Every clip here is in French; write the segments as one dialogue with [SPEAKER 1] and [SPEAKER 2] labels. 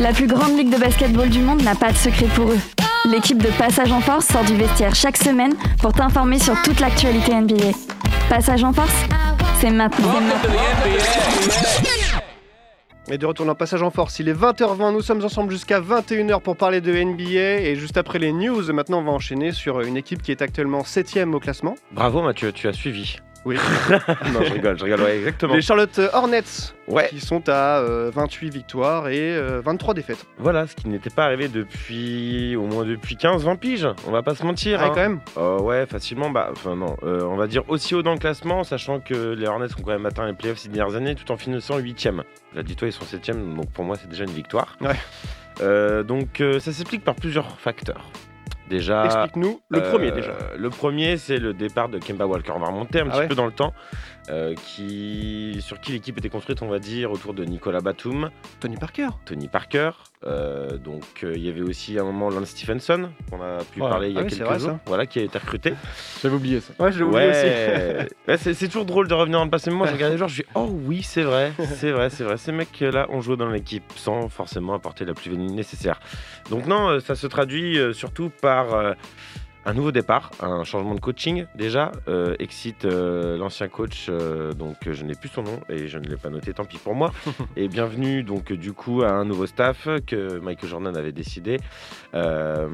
[SPEAKER 1] La plus grande ligue de basketball du monde n'a pas de secret pour eux. L'équipe de Passage en Force sort du vestiaire chaque semaine pour t'informer sur toute l'actualité NBA. Passage en Force, c'est maintenant.
[SPEAKER 2] Et de retour dans Passage en Force, il est 20h20, nous sommes ensemble jusqu'à 21h pour parler de NBA. Et juste après les news, maintenant on va enchaîner sur une équipe qui est actuellement 7ème au classement.
[SPEAKER 3] Bravo Mathieu, tu as suivi.
[SPEAKER 2] Oui.
[SPEAKER 3] non, je rigole, je rigole, ouais, exactement.
[SPEAKER 2] Les Charlotte Hornets,
[SPEAKER 3] Ouais,
[SPEAKER 2] qui sont à euh, 28 victoires et euh, 23 défaites.
[SPEAKER 3] voilà, ce qui n'était pas arrivé depuis au moins depuis 15-20 piges, on va pas se mentir.
[SPEAKER 2] Ouais,
[SPEAKER 3] hein.
[SPEAKER 2] quand même.
[SPEAKER 3] Euh, ouais, facilement, bah, enfin non, euh, on va dire aussi haut dans le classement, sachant que les Hornets ont quand même atteint les playoffs ces dernières années tout en finissant 8ème. Là, dis-toi, ils sont 7ème, donc pour moi, c'est déjà une victoire.
[SPEAKER 2] Ouais.
[SPEAKER 3] Euh, donc, euh, ça s'explique par plusieurs facteurs. Déjà,
[SPEAKER 2] Explique-nous Ah, le
[SPEAKER 3] euh,
[SPEAKER 2] premier déjà.
[SPEAKER 3] Le premier, c'est le départ de Kemba Walker. On va remonter un
[SPEAKER 2] Ah
[SPEAKER 3] petit
[SPEAKER 2] ouais
[SPEAKER 3] peu dans le temps, euh, qui, sur qui l'équipe était construite, on va dire, autour de Nicolas Batum,
[SPEAKER 2] Tony Parker.
[SPEAKER 3] Tony Parker. euh, donc euh, il y avait aussi à un moment Lance Stephenson, qu'on a pu
[SPEAKER 4] Ouais.
[SPEAKER 3] parler il y a
[SPEAKER 2] Ah oui, c'est
[SPEAKER 3] quelques
[SPEAKER 2] vrai,
[SPEAKER 3] jours,
[SPEAKER 2] ça.
[SPEAKER 3] voilà, qui a été recruté.
[SPEAKER 4] J'avais oublié ça.
[SPEAKER 2] Ouais, je l'ai oublié aussi.
[SPEAKER 3] Ouais. Ouais, c'est, c'est toujours drôle de revenir dans le passé. mais Moi, je regardais genre, je suis oh oui, c'est vrai, c'est vrai, c'est vrai. Ces mecs-là ont joué dans l'équipe sans forcément apporter la plus vénile nécessaire. Donc, non, euh, ça se traduit euh, surtout par euh, un nouveau départ, un changement de coaching. Déjà, Euh, excite euh, l'ancien coach, euh, donc euh, je n'ai plus son nom et je ne l'ai pas noté, tant pis pour moi. et bienvenue, donc, euh, du coup, à un nouveau staff que Michael Jordan avait décidé euh,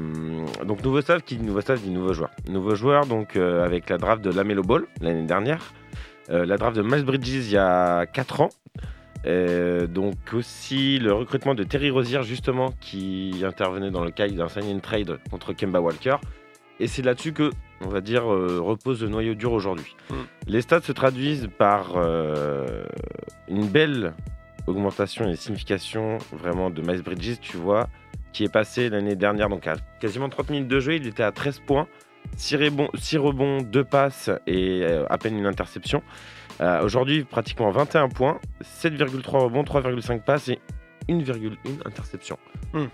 [SPEAKER 3] donc nouveau staff qui dit nouveau staff dit nouveau joueur. Nouveau joueur donc euh, avec la draft de Lamelo Ball l'année dernière, euh, la draft de Miles Bridges il y a 4 ans. Euh, donc aussi le recrutement de Terry Rozier justement qui intervenait dans le cas d'un sign and trade contre Kemba Walker. Et c'est là-dessus que on va dire euh, repose le noyau dur aujourd'hui.
[SPEAKER 2] Mm.
[SPEAKER 3] Les stats se traduisent par euh, une belle augmentation et signification vraiment de Miles Bridges, tu vois, qui est passé l'année dernière, donc à quasiment 30 minutes de jeu, il était à 13 points, 6 rebonds, 2 passes et euh, à peine une interception. Euh, Aujourd'hui, pratiquement 21 points, 7,3 rebonds, 3,5 passes et 1,1 interception.
[SPEAKER 2] Hmm.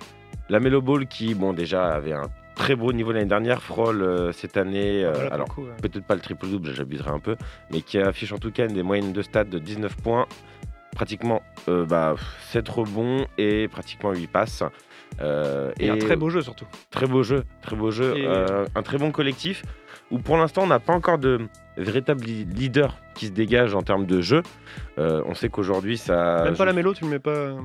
[SPEAKER 3] La Melo Ball qui, bon, déjà avait un très beau niveau l'année dernière, frôle euh, cette année. euh, alors, peut-être pas le triple-double, j'abuserai un peu, mais qui affiche en tout cas une des moyennes de stade de 19 points, pratiquement euh, bah, 7 rebonds et pratiquement 8 passes. Euh,
[SPEAKER 2] Et un très beau jeu surtout.
[SPEAKER 3] Très beau jeu, très beau jeu,
[SPEAKER 2] Et-
[SPEAKER 3] euh, un très bon collectif où pour l'instant on n'a pas encore de véritable li- leader qui se dégage en termes de jeu. Euh, on sait qu'aujourd'hui ça.
[SPEAKER 2] Même pas la mélo, tu ne mets pas. euh,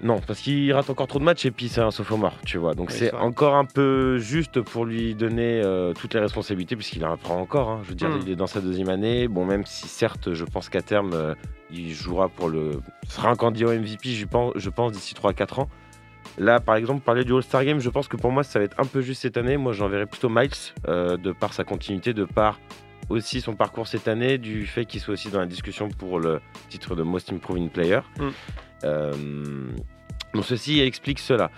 [SPEAKER 3] Non, parce qu'il rate encore trop de matchs et puis c'est un sophomore, tu vois. Donc
[SPEAKER 2] Oui, c'est
[SPEAKER 3] c'est
[SPEAKER 2] vrai.
[SPEAKER 3] encore un peu juste pour lui donner euh, toutes les responsabilités puisqu'il en apprend encore. hein. Je veux dire,
[SPEAKER 2] Mm.
[SPEAKER 3] il est dans sa deuxième année. Bon, même si certes, je pense qu'à terme, euh, il jouera pour le. sera un candidat au MVP, je pense, je pense d'ici 3 à 4 ans. Là, par exemple, parler du All-Star Game, je pense que pour moi, ça va être un peu juste cette année. Moi, j'enverrai plutôt Miles, euh, de par sa continuité, de par aussi son parcours cette année, du fait qu'il soit aussi dans la discussion pour le titre de Most Improving Player.
[SPEAKER 2] Mm.
[SPEAKER 3] Euh, donc ceci explique cela.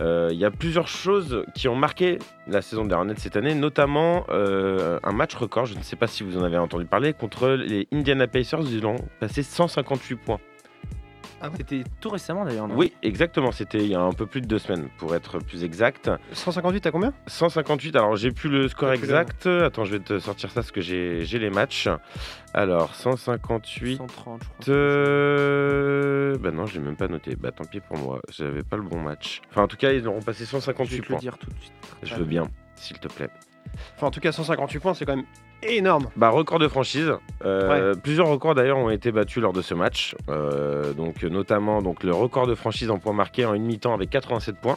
[SPEAKER 3] Euh, Il y a plusieurs choses qui ont marqué la saison dernière de cette année, notamment euh, un match record, je ne sais pas si vous en avez entendu parler, contre les Indiana Pacers, ils ont passé 158 points.
[SPEAKER 2] Ah
[SPEAKER 4] C'était tout récemment d'ailleurs. non
[SPEAKER 3] Oui, exactement, c'était il y a un peu plus de deux semaines, pour être plus exact.
[SPEAKER 2] 158 à combien
[SPEAKER 3] 158, alors j'ai plus le score
[SPEAKER 2] T'as plus le-
[SPEAKER 3] exact. Attends, je vais te sortir ça parce que j'ai j'ai les matchs. Alors, 158.
[SPEAKER 4] 130, je crois.
[SPEAKER 3] Euh... Bah non, je l'ai même pas noté. Bah tant pis pour moi, j'avais pas le bon match. Enfin, en tout cas, ils auront passé
[SPEAKER 4] Je
[SPEAKER 3] 158
[SPEAKER 4] vais te le
[SPEAKER 3] points.
[SPEAKER 4] dire tout de suite.
[SPEAKER 3] Je veux bien, s'il te plaît.
[SPEAKER 2] Enfin, en tout cas, 158 points, c'est quand même énorme.
[SPEAKER 3] Bah, record de franchise. Euh, Plusieurs records d'ailleurs ont été battus lors de ce match. Euh, donc, euh, notamment donc, le record de franchise en points marqués en une mi-temps avec 87 points.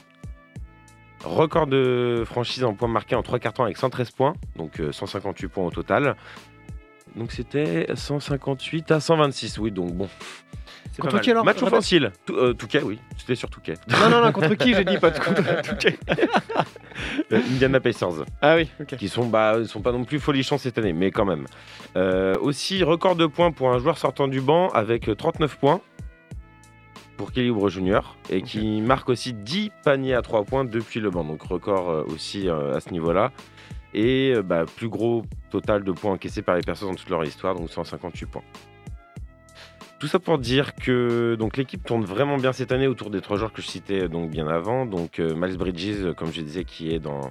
[SPEAKER 3] Record de franchise en points marqués en trois quarts temps avec 113 points. Donc, euh, 158 points au total. Donc, c'était 158 à 126. Oui, donc bon.
[SPEAKER 4] C'est
[SPEAKER 2] Contre
[SPEAKER 4] pas mal.
[SPEAKER 2] qui alors
[SPEAKER 3] match
[SPEAKER 2] Répète.
[SPEAKER 3] offensif. Tou- euh, Touquet, oui. C'était sur Touquet.
[SPEAKER 2] Non, non, non, contre qui J'ai dit pas de contre.
[SPEAKER 3] Euh, Indiana Pacers.
[SPEAKER 2] Ah oui, ok.
[SPEAKER 3] qui sont bah, ils sont pas non plus folichons cette année, mais quand même. Euh, aussi record de points pour un joueur sortant du banc avec 39 points pour Kelly Oubre Junior et qui marque aussi 10 paniers à 3 points depuis le banc, donc record euh, aussi euh, à ce niveau-là. Et euh, bah, plus gros total de points encaissés par les personnes dans toute leur histoire, donc 158 points. Tout ça pour dire que donc l'équipe tourne vraiment bien cette année autour des trois joueurs que je citais euh, donc bien avant. Donc euh, Miles Bridges, euh, comme je disais, qui est dans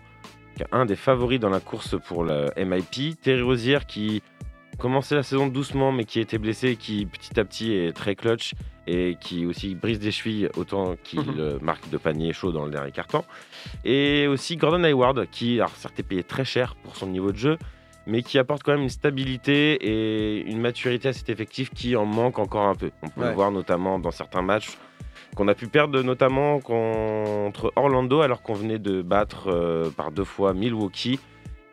[SPEAKER 3] qui est un des favoris dans la course pour le MIP. Terry Rozier qui commencé la saison doucement, mais qui était blessé, qui petit à petit est très clutch et qui aussi brise des chevilles autant qu'il
[SPEAKER 2] Mhm.
[SPEAKER 3] euh, marque de panier chaud dans le dernier carton. Et aussi Gordon Hayward, qui alors certes est payé très cher pour son niveau de jeu, mais qui apporte quand même une stabilité et une maturité à cet effectif qui en manque encore un peu. On peut le
[SPEAKER 4] Ouais.
[SPEAKER 3] voir notamment dans certains matchs qu'on a pu perdre, notamment contre Orlando, alors qu'on venait de battre euh, par deux fois Milwaukee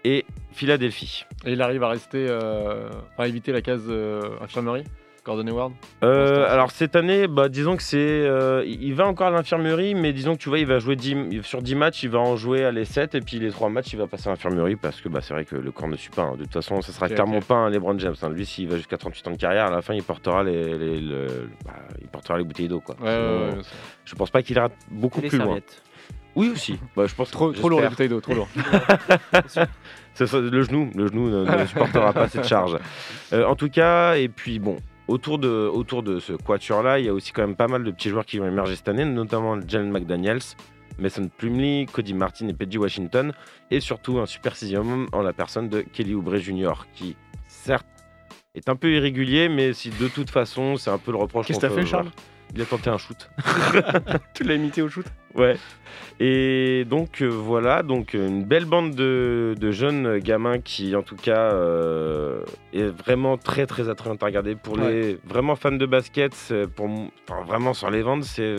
[SPEAKER 3] et Philadelphie.
[SPEAKER 5] Et il arrive à rester, euh, à éviter la case euh, infirmerie, Gordon Hayward.
[SPEAKER 3] Euh,
[SPEAKER 5] Constant.
[SPEAKER 3] alors cette année, bah, disons que c'est, euh, il il va encore à l'infirmerie, mais disons que tu vois, il va jouer 10 sur 10 matchs, il va en jouer à les 7 et puis les 3 matchs, il va passer à l'infirmerie parce que bah, c'est vrai que le corps ne suit pas. hein. De toute façon, ça sera
[SPEAKER 5] Ok,
[SPEAKER 3] clairement
[SPEAKER 5] ok.
[SPEAKER 3] pas un LeBron James. hein. Lui, s'il va jusqu'à 38 ans de carrière, à la fin, il portera les, les- le- bah, il portera les bouteilles d'eau quoi.
[SPEAKER 5] Ouais, ouais,
[SPEAKER 3] Sinon,
[SPEAKER 5] ouais, bien sûr.
[SPEAKER 3] Je pense pas qu'il ira beaucoup
[SPEAKER 4] les
[SPEAKER 3] plus loin.
[SPEAKER 4] serviettes.
[SPEAKER 3] Oui aussi. Bah, je pense
[SPEAKER 5] Trop, trop lourd les
[SPEAKER 3] j'espère.
[SPEAKER 5] bouteilles d'eau, trop lourd.
[SPEAKER 3] Ce sera le genou, le genou ne, ne supportera pas cette charge. Euh, en tout cas, et puis bon, autour de, autour de ce quatuor-là, il y a aussi quand même pas mal de petits joueurs qui vont émerger cette année, notamment Jalen McDaniels, Mason Plumlee, Cody Martin et Pedji Washington, et surtout un super sixième homme en la personne de Kelly Oubre Jr., qui certes est un peu irrégulier, mais si de toute façon, c'est un peu le reproche
[SPEAKER 5] Qu'est-ce
[SPEAKER 3] qu'on
[SPEAKER 5] que t'as
[SPEAKER 3] fait
[SPEAKER 5] fait,
[SPEAKER 3] aux joueurs. Il a tenté un shoot.
[SPEAKER 2] Tu l'as imité au shoot
[SPEAKER 3] Ouais. Et donc euh, voilà, donc euh, une belle bande de, de jeunes gamins qui en tout cas euh, est vraiment très très attrayante à regarder. Pour les vraiment fans de basket, c'est pour m- enfin, vraiment sans les vendre, c'est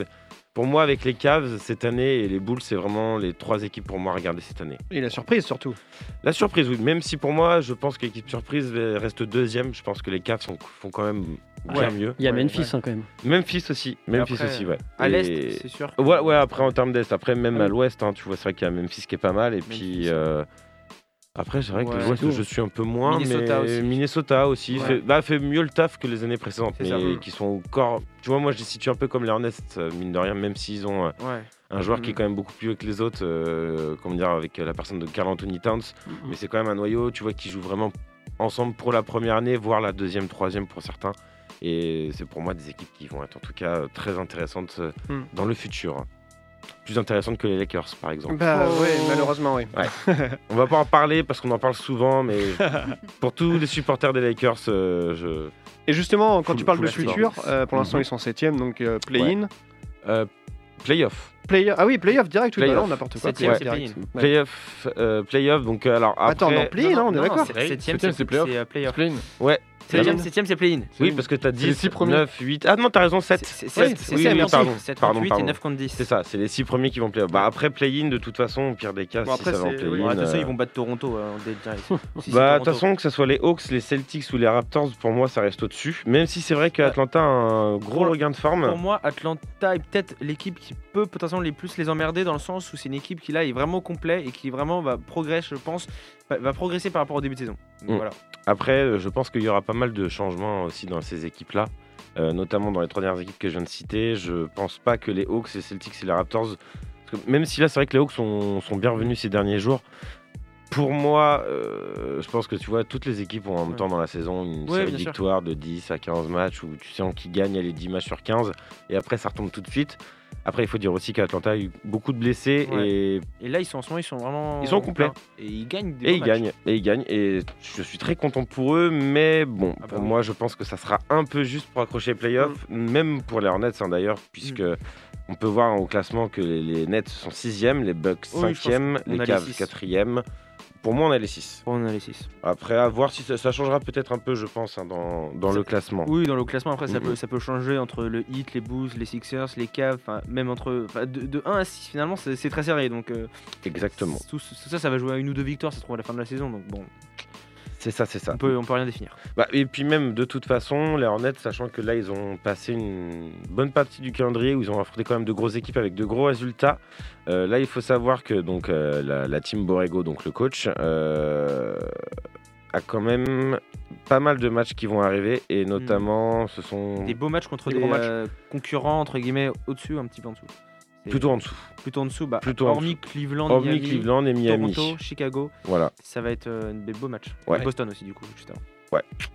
[SPEAKER 3] pour moi avec les Cavs cette année et les Bulls, c'est vraiment les trois équipes pour moi à regarder cette année.
[SPEAKER 2] Et la surprise surtout.
[SPEAKER 3] La surprise, oui. Même si pour moi, je pense que l'équipe surprise euh, reste deuxième, je pense que les Cavs sont- font quand même bien
[SPEAKER 2] Ouais.
[SPEAKER 3] mieux.
[SPEAKER 6] Il y a
[SPEAKER 2] Ouais,
[SPEAKER 6] Memphis
[SPEAKER 2] ouais.
[SPEAKER 6] hein, quand même.
[SPEAKER 3] Memphis aussi, Memphis
[SPEAKER 4] après,
[SPEAKER 3] aussi, ouais.
[SPEAKER 4] À
[SPEAKER 3] Et-
[SPEAKER 4] l'Est, c'est sûr.
[SPEAKER 3] Ouais, ouais, après en termes d'Est, après même
[SPEAKER 4] Ah oui.
[SPEAKER 3] à l'Ouest, hein, tu vois, c'est vrai qu'il y a Memphis qui est pas mal, et puis.
[SPEAKER 4] Memphis,
[SPEAKER 3] euh, Après, c'est vrai que
[SPEAKER 4] Ouais,
[SPEAKER 3] l'Ouest,
[SPEAKER 6] c'est tout.
[SPEAKER 3] je suis un peu moins.
[SPEAKER 4] Minnesota
[SPEAKER 3] mais
[SPEAKER 4] aussi.
[SPEAKER 3] Minnesota aussi.
[SPEAKER 4] Ouais.
[SPEAKER 3] Fait, bah, fait mieux le taf que les années précédentes,
[SPEAKER 4] C'est ça.
[SPEAKER 3] mais
[SPEAKER 4] Mm.
[SPEAKER 3] qui sont encore. Tu vois, moi, je les situe un peu comme les Hornets, euh, mine de rien, même s'ils ont euh,
[SPEAKER 4] Ouais.
[SPEAKER 3] un joueur qui est
[SPEAKER 4] Mm.
[SPEAKER 3] quand même beaucoup plus haut que les autres, euh, comment dire, avec euh, la personne de Carl Anthony Towns.
[SPEAKER 4] Mm.
[SPEAKER 3] Mais c'est quand même un noyau, tu vois, qui joue vraiment ensemble pour la première année, voire la deuxième, troisième pour certains. Et c'est pour moi des équipes qui vont être en tout cas euh, très intéressantes euh,
[SPEAKER 4] Mm.
[SPEAKER 2] Hmm.
[SPEAKER 3] dans le futur. hein. Plus intéressantes que les Lakers, par exemple.
[SPEAKER 2] Bah ouais, malheureusement, oui.
[SPEAKER 3] On va pas en parler parce qu'on en parle souvent, mais pour tous les supporters des Lakers, euh, je...
[SPEAKER 2] Et justement, quand
[SPEAKER 3] Full-
[SPEAKER 2] tu parles
[SPEAKER 3] full
[SPEAKER 2] de
[SPEAKER 3] effort.
[SPEAKER 2] futur, euh, pour l'instant
[SPEAKER 3] Mhm.
[SPEAKER 2] ils sont 7 donc euh, play-in.
[SPEAKER 3] Euh, playoff.
[SPEAKER 2] Play ah oui, play-off direct, oui, bah
[SPEAKER 3] Play-off.
[SPEAKER 2] là, on n'importe quoi.
[SPEAKER 4] Septième,
[SPEAKER 2] play-off
[SPEAKER 4] c'est
[SPEAKER 2] direct.
[SPEAKER 4] play-in.
[SPEAKER 2] Ouais.
[SPEAKER 3] Playoff, euh, playoff. Donc euh, alors après,
[SPEAKER 2] Attends, non, play-in, hein, on est d'accord.
[SPEAKER 4] c'est- Septième,
[SPEAKER 5] Septième,
[SPEAKER 4] c'est
[SPEAKER 5] c'est play-off.
[SPEAKER 4] c'est, euh, play-off.
[SPEAKER 5] Spleen.
[SPEAKER 4] Septième,
[SPEAKER 5] Play-in.
[SPEAKER 4] septième, c'est play-in.
[SPEAKER 5] C'est-
[SPEAKER 3] oui, parce que t'as
[SPEAKER 5] C'est les
[SPEAKER 3] 10,
[SPEAKER 5] six premiers.
[SPEAKER 3] 9, 8. Ah non, t'as raison, 7.
[SPEAKER 4] C'est
[SPEAKER 3] Oui,
[SPEAKER 4] 7
[SPEAKER 3] oui, oui, pardon, pardon,
[SPEAKER 4] 8 et
[SPEAKER 3] pardon.
[SPEAKER 4] 9 contre 10.
[SPEAKER 3] C'est ça, c'est les six premiers qui vont play-off. Bah, après play-in, de toute façon, au pire des cas,
[SPEAKER 2] Bon,
[SPEAKER 3] si
[SPEAKER 2] après,
[SPEAKER 3] ça va en
[SPEAKER 2] c'est- oui,
[SPEAKER 3] play-in.
[SPEAKER 2] ouais,
[SPEAKER 4] Ouais, de toute façon,
[SPEAKER 3] euh,
[SPEAKER 4] ils vont battre Toronto euh, en date direct. Si c'est
[SPEAKER 3] Bah, de
[SPEAKER 4] Toronto.
[SPEAKER 3] toute façon, que ce soit les Hawks, les Celtics ou les Raptors, pour moi, ça reste au-dessus. Même si c'est vrai que
[SPEAKER 4] Ouais.
[SPEAKER 3] Atlanta a un gros
[SPEAKER 4] Pour-
[SPEAKER 3] regain de
[SPEAKER 4] Pour
[SPEAKER 3] forme.
[SPEAKER 4] moi, Atlanta est peut-être l'équipe qui peut potentiellement les plus les emmerder dans le sens où c'est une équipe qui là est vraiment au complet et qui vraiment va progresser, je pense, va- va progresser par rapport au début de saison.
[SPEAKER 3] Mm.
[SPEAKER 4] Voilà.
[SPEAKER 3] Après, euh, je pense qu'il y aura pas mal de changements aussi dans ces équipes-là. Euh, notamment dans les trois dernières équipes que je viens de citer. Je pense pas que les Hawks, les Celtics et les Raptors. parce que même si là, c'est vrai que les Hawks sont, sont bien venus ces derniers jours. Pour moi, euh, je pense que tu vois, toutes les équipes ont en même
[SPEAKER 4] Ouais.
[SPEAKER 3] temps dans la saison une
[SPEAKER 4] Ouais,
[SPEAKER 3] série de
[SPEAKER 4] bien sûr.
[SPEAKER 3] victoires de 10 à 15 matchs où tu sens qui gagne les 10 matchs sur 15 et après ça retombe tout de suite. Après, il faut dire aussi qu'Atlanta a eu beaucoup de blessés
[SPEAKER 4] Ouais.
[SPEAKER 3] et
[SPEAKER 4] Et là, ils sont en ce moment, ils sont vraiment.
[SPEAKER 3] Ils sont au complet.
[SPEAKER 4] Et ils gagnent des
[SPEAKER 3] Et
[SPEAKER 4] bons
[SPEAKER 3] ils
[SPEAKER 4] matchs.
[SPEAKER 3] gagnent, et ils gagnent, et je suis très content pour eux, mais bon,
[SPEAKER 4] Ah bah
[SPEAKER 3] pour
[SPEAKER 4] oui. Mm.
[SPEAKER 3] moi, je pense que ça sera un peu juste pour accrocher les playoffs, même pour les Hornets hein, d'ailleurs, puisque on peut voir au classement que les, les Nets sont 6e, les Bucks
[SPEAKER 4] Oui, je pense
[SPEAKER 3] 5e,
[SPEAKER 4] qu'on
[SPEAKER 3] les
[SPEAKER 4] a les
[SPEAKER 3] Cavs
[SPEAKER 4] six.
[SPEAKER 3] 4e. Pour moi, on a les 6.
[SPEAKER 4] On a les 6.
[SPEAKER 3] Après, à voir si ça, ça changera peut-être un peu, je pense, hein, dans, dans le classement.
[SPEAKER 4] Oui, dans le classement, après, ça,
[SPEAKER 3] Mm,
[SPEAKER 4] peut,
[SPEAKER 3] mm.
[SPEAKER 4] ça peut changer entre le Heat, les Bulls, les Sixers, les Cavs, enfin, même entre. enfin, de, de 1 à 6, finalement, c'est c'est très serré. Donc, euh,
[SPEAKER 3] Exactement.
[SPEAKER 4] Tout, tout ça, ça va jouer à une ou deux victoires, ça se trouve, à la fin de la saison. Donc, bon,
[SPEAKER 3] C'est ça, c'est ça.
[SPEAKER 4] on peut, on peut rien définir.
[SPEAKER 3] Bah, et puis même, de toute façon, les Hornets, sachant que là, ils ont passé une bonne partie du calendrier où ils ont affronté quand même de grosses équipes avec de gros résultats. Euh, là, il faut savoir que donc, euh, la, la team Borrego, donc le coach, euh, a quand même pas mal de matchs qui vont arriver et notamment, ce sont
[SPEAKER 4] Hmm. Des beaux matchs contre
[SPEAKER 3] Des
[SPEAKER 4] des,
[SPEAKER 3] gros matchs.
[SPEAKER 4] euh, concurrents, entre guillemets, au-dessus, un petit peu en dessous. C'est-
[SPEAKER 3] plutôt en dessous.
[SPEAKER 4] plutôt en dessous, bah,
[SPEAKER 3] plutôt en
[SPEAKER 4] hormis Cleveland,
[SPEAKER 3] Hormis
[SPEAKER 4] Miami,
[SPEAKER 3] Cleveland et Miami.
[SPEAKER 4] Toronto, Chicago,
[SPEAKER 3] Voilà.
[SPEAKER 4] ça va être euh, des beaux matchs.
[SPEAKER 3] Ouais. Ah,
[SPEAKER 4] Et Boston aussi, du coup, juste avant.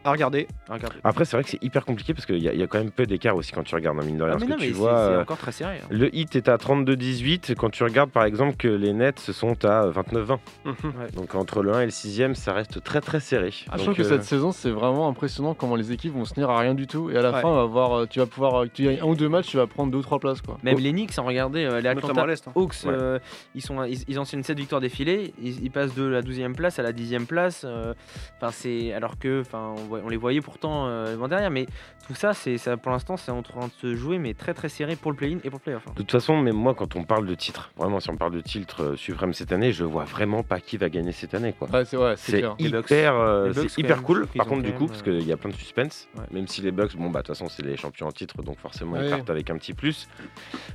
[SPEAKER 2] à regarder.
[SPEAKER 4] Regardez.
[SPEAKER 3] Après, c'est vrai que c'est hyper compliqué parce qu'il y, a- il y a quand même peu d'écart aussi quand tu regardes, hein, mine de rien.
[SPEAKER 4] Ah,
[SPEAKER 3] parce
[SPEAKER 4] mais
[SPEAKER 3] que
[SPEAKER 4] non, mais
[SPEAKER 3] tu
[SPEAKER 4] c'est
[SPEAKER 3] vois,
[SPEAKER 4] c'est
[SPEAKER 3] euh,
[SPEAKER 4] encore très serré. hein.
[SPEAKER 3] le hit est à 32-18. Quand tu regardes, par exemple, que les nets se sont à euh, 29-20.
[SPEAKER 2] Mhm.
[SPEAKER 3] Donc entre le 1 et le 6ème, ça reste très très serré.
[SPEAKER 5] Ah, je
[SPEAKER 3] Donc,
[SPEAKER 5] trouve que
[SPEAKER 3] euh,
[SPEAKER 5] cette saison, c'est vraiment impressionnant comment les équipes vont se tenir à rien du tout. Et à la
[SPEAKER 2] Ouais.
[SPEAKER 5] fin, on va voir, euh, tu vas pouvoir, euh, tu gagnes un ou deux matchs, tu vas prendre deux ou trois places. Quoi.
[SPEAKER 4] Même les Knicks, hein, regardez, euh, les
[SPEAKER 2] Notamment
[SPEAKER 4] Atlanta
[SPEAKER 2] à l'Est. hein.
[SPEAKER 4] Hawks,
[SPEAKER 3] Ouais.
[SPEAKER 4] euh, ils, sont, ils, ils enchaînent 7 victoires défilées, ils, ils passent de la 12e place à la 10e place. euh, Enfin, c'est alors que, enfin, on, voit- on les voyait pourtant euh, l'an dernier, mais tout ça, c'est ça pour l'instant, c'est en train de se jouer, mais très très serré pour le play-in et pour le play-off. hein.
[SPEAKER 3] De toute façon, même moi, quand on parle de titre, vraiment, si on parle de titre euh, suprême cette année, je vois vraiment pas qui va gagner cette année, quoi.
[SPEAKER 5] Ouais, c'est ouais, c'est
[SPEAKER 3] C'est
[SPEAKER 5] clair.
[SPEAKER 4] Les Bucks.
[SPEAKER 3] hyper, euh,
[SPEAKER 4] Les Bucks,
[SPEAKER 3] c'est
[SPEAKER 4] quand
[SPEAKER 3] hyper
[SPEAKER 4] même,
[SPEAKER 3] cool.
[SPEAKER 4] ils
[SPEAKER 3] Par contre,
[SPEAKER 4] ont quand
[SPEAKER 3] du
[SPEAKER 4] même,
[SPEAKER 3] coup, parce qu'il y a plein de suspense.
[SPEAKER 4] Ouais.
[SPEAKER 3] Même si les Bucks, bon, bah, de toute façon, c'est les champions en titre, donc forcément,
[SPEAKER 5] Ouais.
[SPEAKER 3] ils partent avec un petit plus.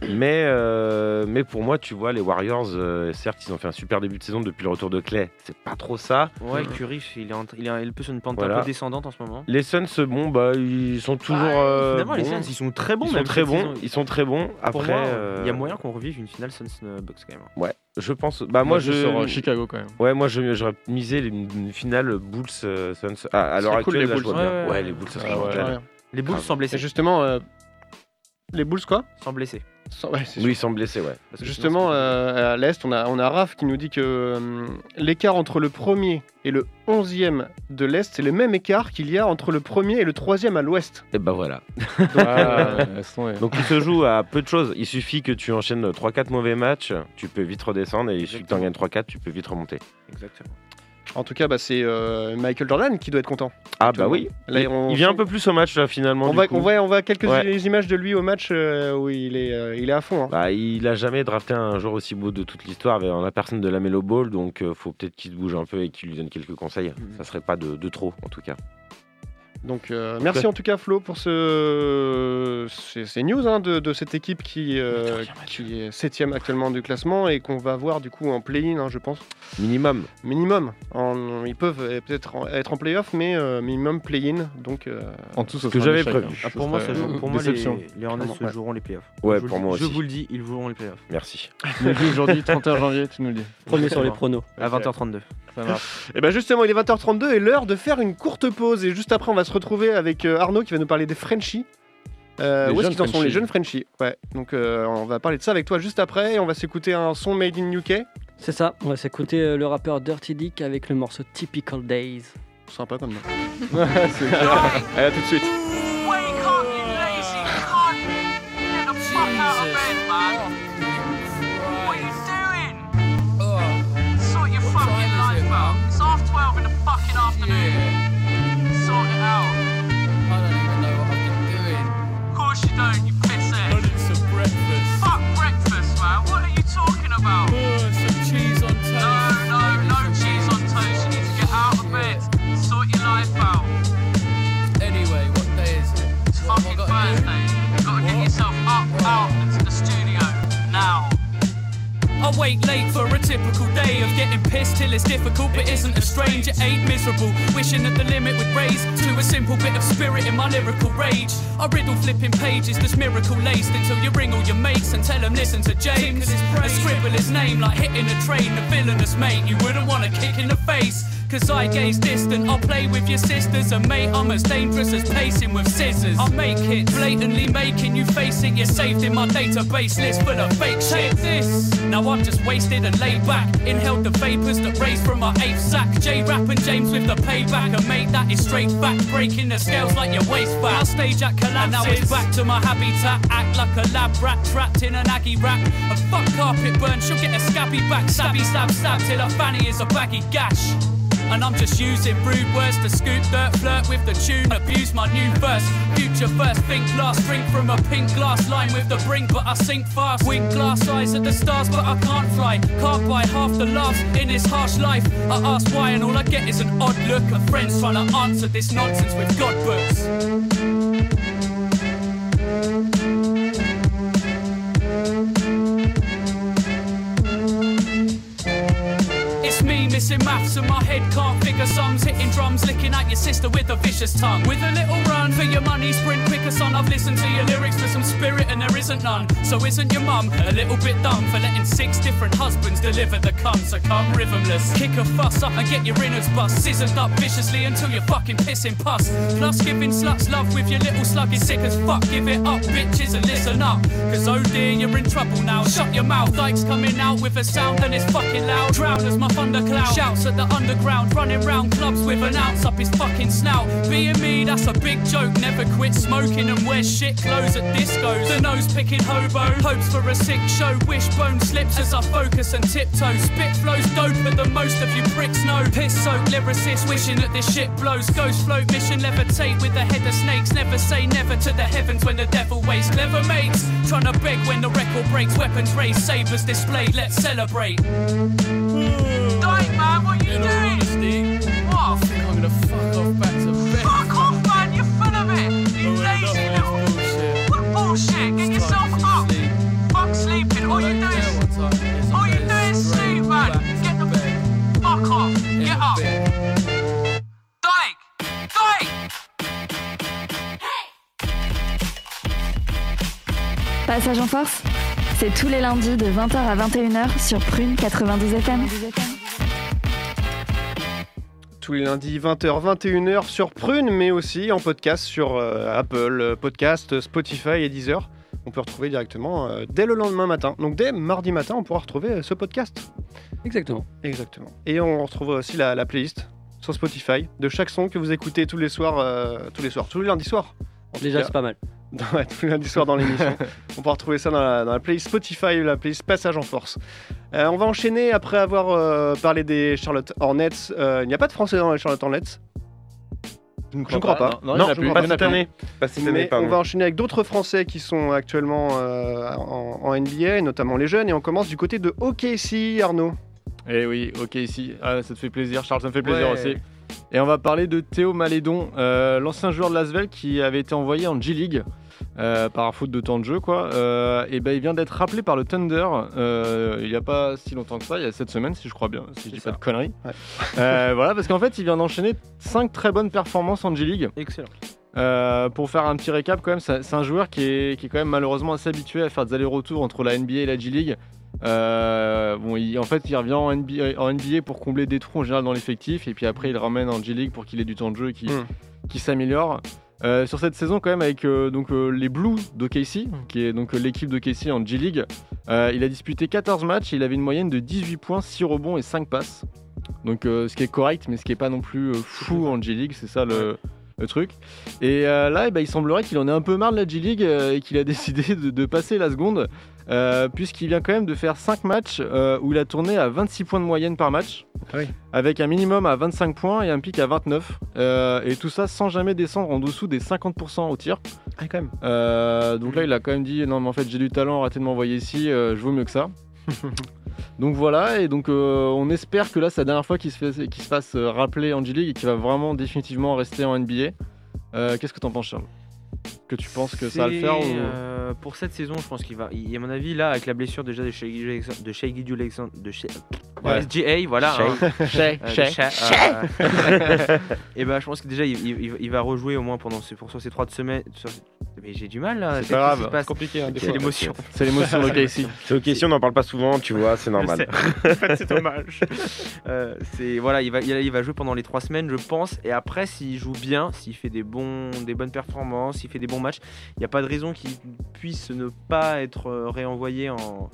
[SPEAKER 3] Mais, euh, mais pour moi, tu vois, les Warriors, euh, certes, ils ont fait un super début de saison depuis le retour de Clay. C'est pas trop ça.
[SPEAKER 4] Ouais, Curry, il est, en- il est un- il est un peu sur une pente un
[SPEAKER 3] Voilà.
[SPEAKER 4] peu descendante en ce moment.
[SPEAKER 3] Les Suns, bon, bah, ils sont toujours.
[SPEAKER 4] Ah,
[SPEAKER 3] euh,
[SPEAKER 4] Finalement, les
[SPEAKER 3] bons.
[SPEAKER 4] Suns, ils sont très bons.
[SPEAKER 3] Ils sont
[SPEAKER 4] même
[SPEAKER 3] très
[SPEAKER 4] cette
[SPEAKER 3] bons.
[SPEAKER 4] saison.
[SPEAKER 3] Ils sont très bons. Après,
[SPEAKER 4] Pour moi, euh, il y a
[SPEAKER 3] euh,
[SPEAKER 4] moyen qu'on revive une finale Suns euh, Bucks quand même.
[SPEAKER 3] Ouais, je pense. Bah, moi, je.
[SPEAKER 5] sur euh, Chicago quand même.
[SPEAKER 3] Ouais, moi je- j'aurais misé les- une finale Bulls euh, Suns. Ah, à l'heure
[SPEAKER 2] serait cool,
[SPEAKER 3] actuelle,
[SPEAKER 2] les
[SPEAKER 3] là, je
[SPEAKER 2] Bulls.
[SPEAKER 3] vois bien.
[SPEAKER 4] Ouais,
[SPEAKER 3] Ouais,
[SPEAKER 4] ouais, ouais.
[SPEAKER 3] les Bulls, ça serait
[SPEAKER 5] Ah ouais.
[SPEAKER 3] génial.
[SPEAKER 4] Les Bulls
[SPEAKER 3] Grave.
[SPEAKER 4] sont
[SPEAKER 2] Et
[SPEAKER 4] blessés,
[SPEAKER 2] justement, euh, les Bulls quoi
[SPEAKER 4] sans blesser.
[SPEAKER 2] Sans- ouais, c'est
[SPEAKER 3] Oui, ils sont blessés, ouais.
[SPEAKER 4] Parce que
[SPEAKER 2] Justement,
[SPEAKER 4] sinon,
[SPEAKER 2] euh, à l'Est, on a, on a Raph qui nous dit que euh, l'écart entre le premier et le onzième de l'Est, c'est le même écart qu'il y a entre le premier et le troisième à l'Ouest.
[SPEAKER 3] Et bah voilà.
[SPEAKER 5] Ah, ouais, laisse tomber.
[SPEAKER 3] Donc il se joue à peu de choses. Il suffit que tu enchaînes 3-4 mauvais matches, tu peux vite redescendre et il suffit que tu en gagnes 3-4, tu peux vite remonter.
[SPEAKER 4] c'est- Exactement.
[SPEAKER 2] En tout cas, bah, c'est euh, Michael Jordan qui doit être content.
[SPEAKER 3] Ah
[SPEAKER 2] Tout
[SPEAKER 3] bah
[SPEAKER 2] le
[SPEAKER 3] oui.
[SPEAKER 2] Là,
[SPEAKER 3] il,
[SPEAKER 2] on-
[SPEAKER 3] il vient un peu plus au match là finalement.
[SPEAKER 2] On
[SPEAKER 3] du
[SPEAKER 2] voit,
[SPEAKER 3] coup.
[SPEAKER 2] on, voit, on voit quelques
[SPEAKER 3] Ouais.
[SPEAKER 2] images de lui au match euh, où il est, euh, il est à fond. hein.
[SPEAKER 3] Bah, il a jamais drafté un joueur aussi beau de toute l'histoire avec la personne de la Melo Ball, donc euh, faut peut-être qu'il se bouge un peu et qu'il lui donne quelques conseils.
[SPEAKER 4] Mhm.
[SPEAKER 3] Ça serait pas de, de trop en tout cas.
[SPEAKER 2] Donc euh, merci en tout cas Flo pour ce, ces, ces news hein, de, de cette équipe qui, euh, qui est septième actuellement du classement et qu'on va voir du coup en play-in, hein, je pense.
[SPEAKER 3] Minimum.
[SPEAKER 2] Minimum. En- ils peuvent euh, peut-être en- être en play-off, mais euh, minimum play-in. Donc euh,
[SPEAKER 5] En tout, ce
[SPEAKER 3] que
[SPEAKER 5] sera un
[SPEAKER 3] j'avais
[SPEAKER 5] échec,
[SPEAKER 3] prévu.
[SPEAKER 5] hein.
[SPEAKER 4] Ah, pour moi, ce
[SPEAKER 5] serait
[SPEAKER 4] jour-
[SPEAKER 5] une
[SPEAKER 4] pour moi, les,
[SPEAKER 5] déception.
[SPEAKER 4] les Hornets
[SPEAKER 2] Clairement, ouais.
[SPEAKER 4] joueront les playoffs.
[SPEAKER 3] Ouais,
[SPEAKER 4] Je vous le
[SPEAKER 3] pour
[SPEAKER 4] dis-
[SPEAKER 3] moi
[SPEAKER 4] Je
[SPEAKER 3] aussi.
[SPEAKER 4] vous le dis, ils joueront les playoffs.
[SPEAKER 3] Merci.
[SPEAKER 5] Tu nous le dis aujourd'hui, 31 janvier, tu nous le dis.
[SPEAKER 6] Premier sur les pronos.
[SPEAKER 4] À 20h32.
[SPEAKER 5] Ça marche.
[SPEAKER 2] Et ben justement, il est 20h32 et l'heure de faire une courte pause. Et juste après, on va se retrouver avec euh, Arnaud qui va nous parler des Frenchies. Euh,
[SPEAKER 5] Les
[SPEAKER 2] où est-ce
[SPEAKER 5] jeunes
[SPEAKER 2] qu'ils en sont les
[SPEAKER 5] Frenchies.
[SPEAKER 2] jeunes Frenchies Ouais, donc euh, on va parler de ça avec toi juste après. Et on va s'écouter un son made in UK.
[SPEAKER 6] C'est ça, on va s'écouter euh, le rappeur Dirty Dick avec le morceau Typical Days.
[SPEAKER 2] Sympa comme nom.
[SPEAKER 5] C'est clair. Allez, à tout de suite.
[SPEAKER 7] Sort your life out.
[SPEAKER 8] Anyway, what day is it?
[SPEAKER 7] It's
[SPEAKER 8] What
[SPEAKER 7] fucking
[SPEAKER 8] have I got to do?
[SPEAKER 7] Thursday. Gotta get yourself up, out, into the studio now.
[SPEAKER 8] I wait late for a typical day of getting pissed till it's difficult, but isn't a strange, it ain't miserable. Wishing that the limit would raise to a simple bit of spirit in my lyrical rage. I riddle flipping pages, this miracle laced until you ring all your mates and tell them listen to James. And scribble his name like hitting a train, the villainous mate you wouldn't want to kick in the face. Cause I gaze distant, I'll play with your sisters And mate, I'm as dangerous as pacing with scissors I make it, blatantly making you face it You're saved in my database list full of fake shit this, now I'm just wasted and laid back Inhaled the vapours that raise from my ape sack J-Rap and James with the payback And mate, that is straight back Breaking the scales like your waist back Our stage at collapses And now it's back to my habitat Act like a lab rat trapped in an aggie wrap A fuck carpet burn, she'll get a scabby back Stabby stab stab till her fanny is a baggy gash and I'm just using rude words to scoop dirt, flirt with the tune, abuse my new verse. Future first, think last, drink from a pink glass, line with the brink, but I sink fast. Wink glass eyes at the stars, but I can't fly. Can't buy half the laughs in this harsh life. I ask why, and all I get is an odd look of friends trying to answer this nonsense with God books. It's me, Mr. Useless in maths and my head can't figure sums. Hitting drums, licking at your sister with a vicious tongue. With a little run for your money, sprint quicker, son. I've listened to your lyrics for some spirit and there isn't none. So isn't your mum a little bit dumb for letting six different husbands deliver the cum? So come rhythmless, kick a fuss up and get your innards bust. Scissored up viciously until you're fucking pissing pus. Plus giving sluts love with your little slug is sick as fuck. Give it up, bitches, and listen up. Cause oh dear, you're in trouble now. Shut your mouth. Dyke's coming out with a sound and it's fucking loud. Drown as my thundercloud. Shouts at the underground, running round clubs with an ounce up his fucking snout. Being me, that's a big joke. Never quit smoking and wear shit clothes at discos. The nose picking hobo. Hopes for a sick show. Wishbone slips as I focus and tiptoe. Spit flows dope, but the most of you pricks know. Piss soaked lyricists wishing that this shit blows. Ghost float mission levitate with the head of snakes. Never say never to the heavens when the devil waits. Clever mates trying to beg when the record breaks. Weapons raised, sabers displayed. Let's celebrate.
[SPEAKER 7] Dyke man, what are you
[SPEAKER 8] In all
[SPEAKER 7] doing?
[SPEAKER 8] honesty, I
[SPEAKER 7] What?
[SPEAKER 8] think I'm gonna fuck off back to bed.
[SPEAKER 7] Fuck off, man, you're full of it.
[SPEAKER 8] Oh,
[SPEAKER 7] You
[SPEAKER 8] well, that
[SPEAKER 7] lazy
[SPEAKER 8] was
[SPEAKER 7] little.
[SPEAKER 8] bullshit.
[SPEAKER 7] What bullshit? Get
[SPEAKER 8] It's time
[SPEAKER 7] yourself
[SPEAKER 8] for
[SPEAKER 7] up.
[SPEAKER 8] sleep.
[SPEAKER 7] Fuck sleeping. All you do
[SPEAKER 8] Don't care
[SPEAKER 7] is.
[SPEAKER 8] what time it is,
[SPEAKER 7] All
[SPEAKER 8] I'm
[SPEAKER 7] you
[SPEAKER 8] going
[SPEAKER 7] do is
[SPEAKER 8] straight
[SPEAKER 7] sleep, man.
[SPEAKER 8] back to
[SPEAKER 7] Get the
[SPEAKER 8] bed.
[SPEAKER 7] Fuck off.
[SPEAKER 8] In
[SPEAKER 7] Get
[SPEAKER 8] the
[SPEAKER 7] up.
[SPEAKER 8] bed.
[SPEAKER 7] Dyke! Dyke!
[SPEAKER 1] Passage en force, c'est tous les lundis de 20h à 21h sur Prune 92 FM.
[SPEAKER 2] Tous les lundis 20h, 21h sur Prune, mais aussi en podcast sur euh, Apple euh, Podcast, Spotify et Deezer. On peut retrouver directement euh, dès le lendemain matin. Donc dès mardi matin, on pourra retrouver euh, ce podcast.
[SPEAKER 6] Exactement.
[SPEAKER 2] Exactement. Et on retrouvera aussi la, la playlist sur Spotify de chaque son que vous écoutez tous les soirs, euh, tous les soirs, tous les lundis soirs. En tout
[SPEAKER 6] Déjà,
[SPEAKER 2] cas,
[SPEAKER 6] c'est pas mal.
[SPEAKER 2] dans, ouais, tous les lundis soirs dans l'émission. on pourra retrouver ça dans la, dans la playlist Spotify, la playlist Passage en Force. Euh, on va enchaîner après avoir euh, parlé des Charlotte Hornets. Euh, il n'y a pas de français dans les Charlotte Hornets.
[SPEAKER 5] Je ne
[SPEAKER 2] crois pas.
[SPEAKER 5] Non,
[SPEAKER 3] Non,
[SPEAKER 5] il y en a
[SPEAKER 2] je
[SPEAKER 5] plus.
[SPEAKER 2] crois
[SPEAKER 5] il y en
[SPEAKER 3] pas cette
[SPEAKER 5] a plus.
[SPEAKER 3] année. Pas cette année,
[SPEAKER 2] Mais on
[SPEAKER 3] pardon.
[SPEAKER 2] va enchaîner avec d'autres Français qui sont actuellement euh, en, en NBA, et notamment les jeunes, et on commence du côté de OKC, Arnaud.
[SPEAKER 5] Eh oui, ok, ici. Ah, ça te fait plaisir, Charles, ça me fait plaisir
[SPEAKER 2] Ouais.
[SPEAKER 5] aussi. Et on va parler de Théo Malédon, euh, l'ancien joueur de l'Asvel qui avait été envoyé en G-League euh, par faute de temps de jeu, quoi. Euh, et ben, il vient d'être rappelé par le Thunder euh, il n'y a pas si longtemps que ça, il y a cette semaine, si je crois bien, si je dis
[SPEAKER 2] ça.
[SPEAKER 5] pas de conneries.
[SPEAKER 2] Ouais.
[SPEAKER 5] Euh, voilà, parce qu'en fait, il vient d'enchaîner 5 très bonnes performances en G-League.
[SPEAKER 4] Excellent.
[SPEAKER 5] Euh, pour faire un petit récap, quand même, ça- c'est un joueur qui est, qui est quand même malheureusement assez habitué à faire des allers-retours entre la NBA et la G League. Euh, bon, il- en fait, il revient en NBA, euh, en NBA pour combler des trous en général dans l'effectif, et puis après, il le ramène en G League pour qu'il ait du temps de jeu et qu'il
[SPEAKER 2] Mm.
[SPEAKER 5] qu'il s'améliore. Euh, sur cette saison, quand même, avec euh, donc, euh, les Blues de Casey, qui est donc euh, l'équipe de Casey en G League, euh, il a disputé 14 matchs, et il avait une moyenne de 18 points, 6 rebonds et 5 passes. Donc, euh, ce qui est correct, mais ce qui est pas non plus euh, fou en G League, c'est ça le, le truc. Et euh, là, eh ben, il semblerait qu'il en ait un peu marre de la G-League euh, et qu'il a décidé de, de passer la seconde, euh, puisqu'il vient quand même de faire 5 matchs euh, où il a tourné à 26 points de moyenne par match,
[SPEAKER 2] Ah oui.
[SPEAKER 5] avec un minimum à 25 points et un pic à 29, euh, et tout ça sans jamais descendre en dessous des 50% au tir.
[SPEAKER 2] Ah, quand même.
[SPEAKER 5] Euh, donc là, il a quand même dit non, mais en fait, j'ai du talent, arrêtez de m'envoyer ici, euh, je vaux mieux que ça. donc voilà, et donc euh, on espère que là, c'est la dernière fois qu'il se, fait- qu'il se fasse euh, rappeler en G-League et qu'il va vraiment définitivement rester en NBA. Euh, Qu'est-ce que t'en penses, Charles Que tu penses que ça va le faire
[SPEAKER 4] C'est,
[SPEAKER 5] ou-
[SPEAKER 4] euh, Pour cette saison, je pense qu'il va. il- à mon avis, là, avec la blessure déjà de Shea Gilgeous- de Shea Gilgeous- Alexander- de Shea-
[SPEAKER 5] Ouais.
[SPEAKER 4] SGA, voilà.
[SPEAKER 5] Shea.
[SPEAKER 4] hein. Euh, de Shea, euh, et ben, je pense que déjà, il, il- il- il va rejouer au moins pendant ce- pour sur ces trois de semaines. sur- Mais j'ai du mal là.
[SPEAKER 5] C'est pas
[SPEAKER 4] qu'est-ce qui
[SPEAKER 5] grave.
[SPEAKER 4] se passe
[SPEAKER 2] Compliqué, hein, des
[SPEAKER 4] C'est
[SPEAKER 2] fois.
[SPEAKER 4] l'émotion.
[SPEAKER 5] C'est l'émotion de Casey.
[SPEAKER 3] C'est ok si on n'en parle pas souvent, tu vois, c'est normal.
[SPEAKER 4] Je sais. En fait, c'est dommage. Euh, c'est voilà, il va, il, il va jouer pendant les trois semaines, je pense. Et après, s'il joue bien, s'il fait des bons, des bonnes performances, s'il fait des bons matchs, il n'y a pas de raison qu'il puisse ne pas être euh, réenvoyé en,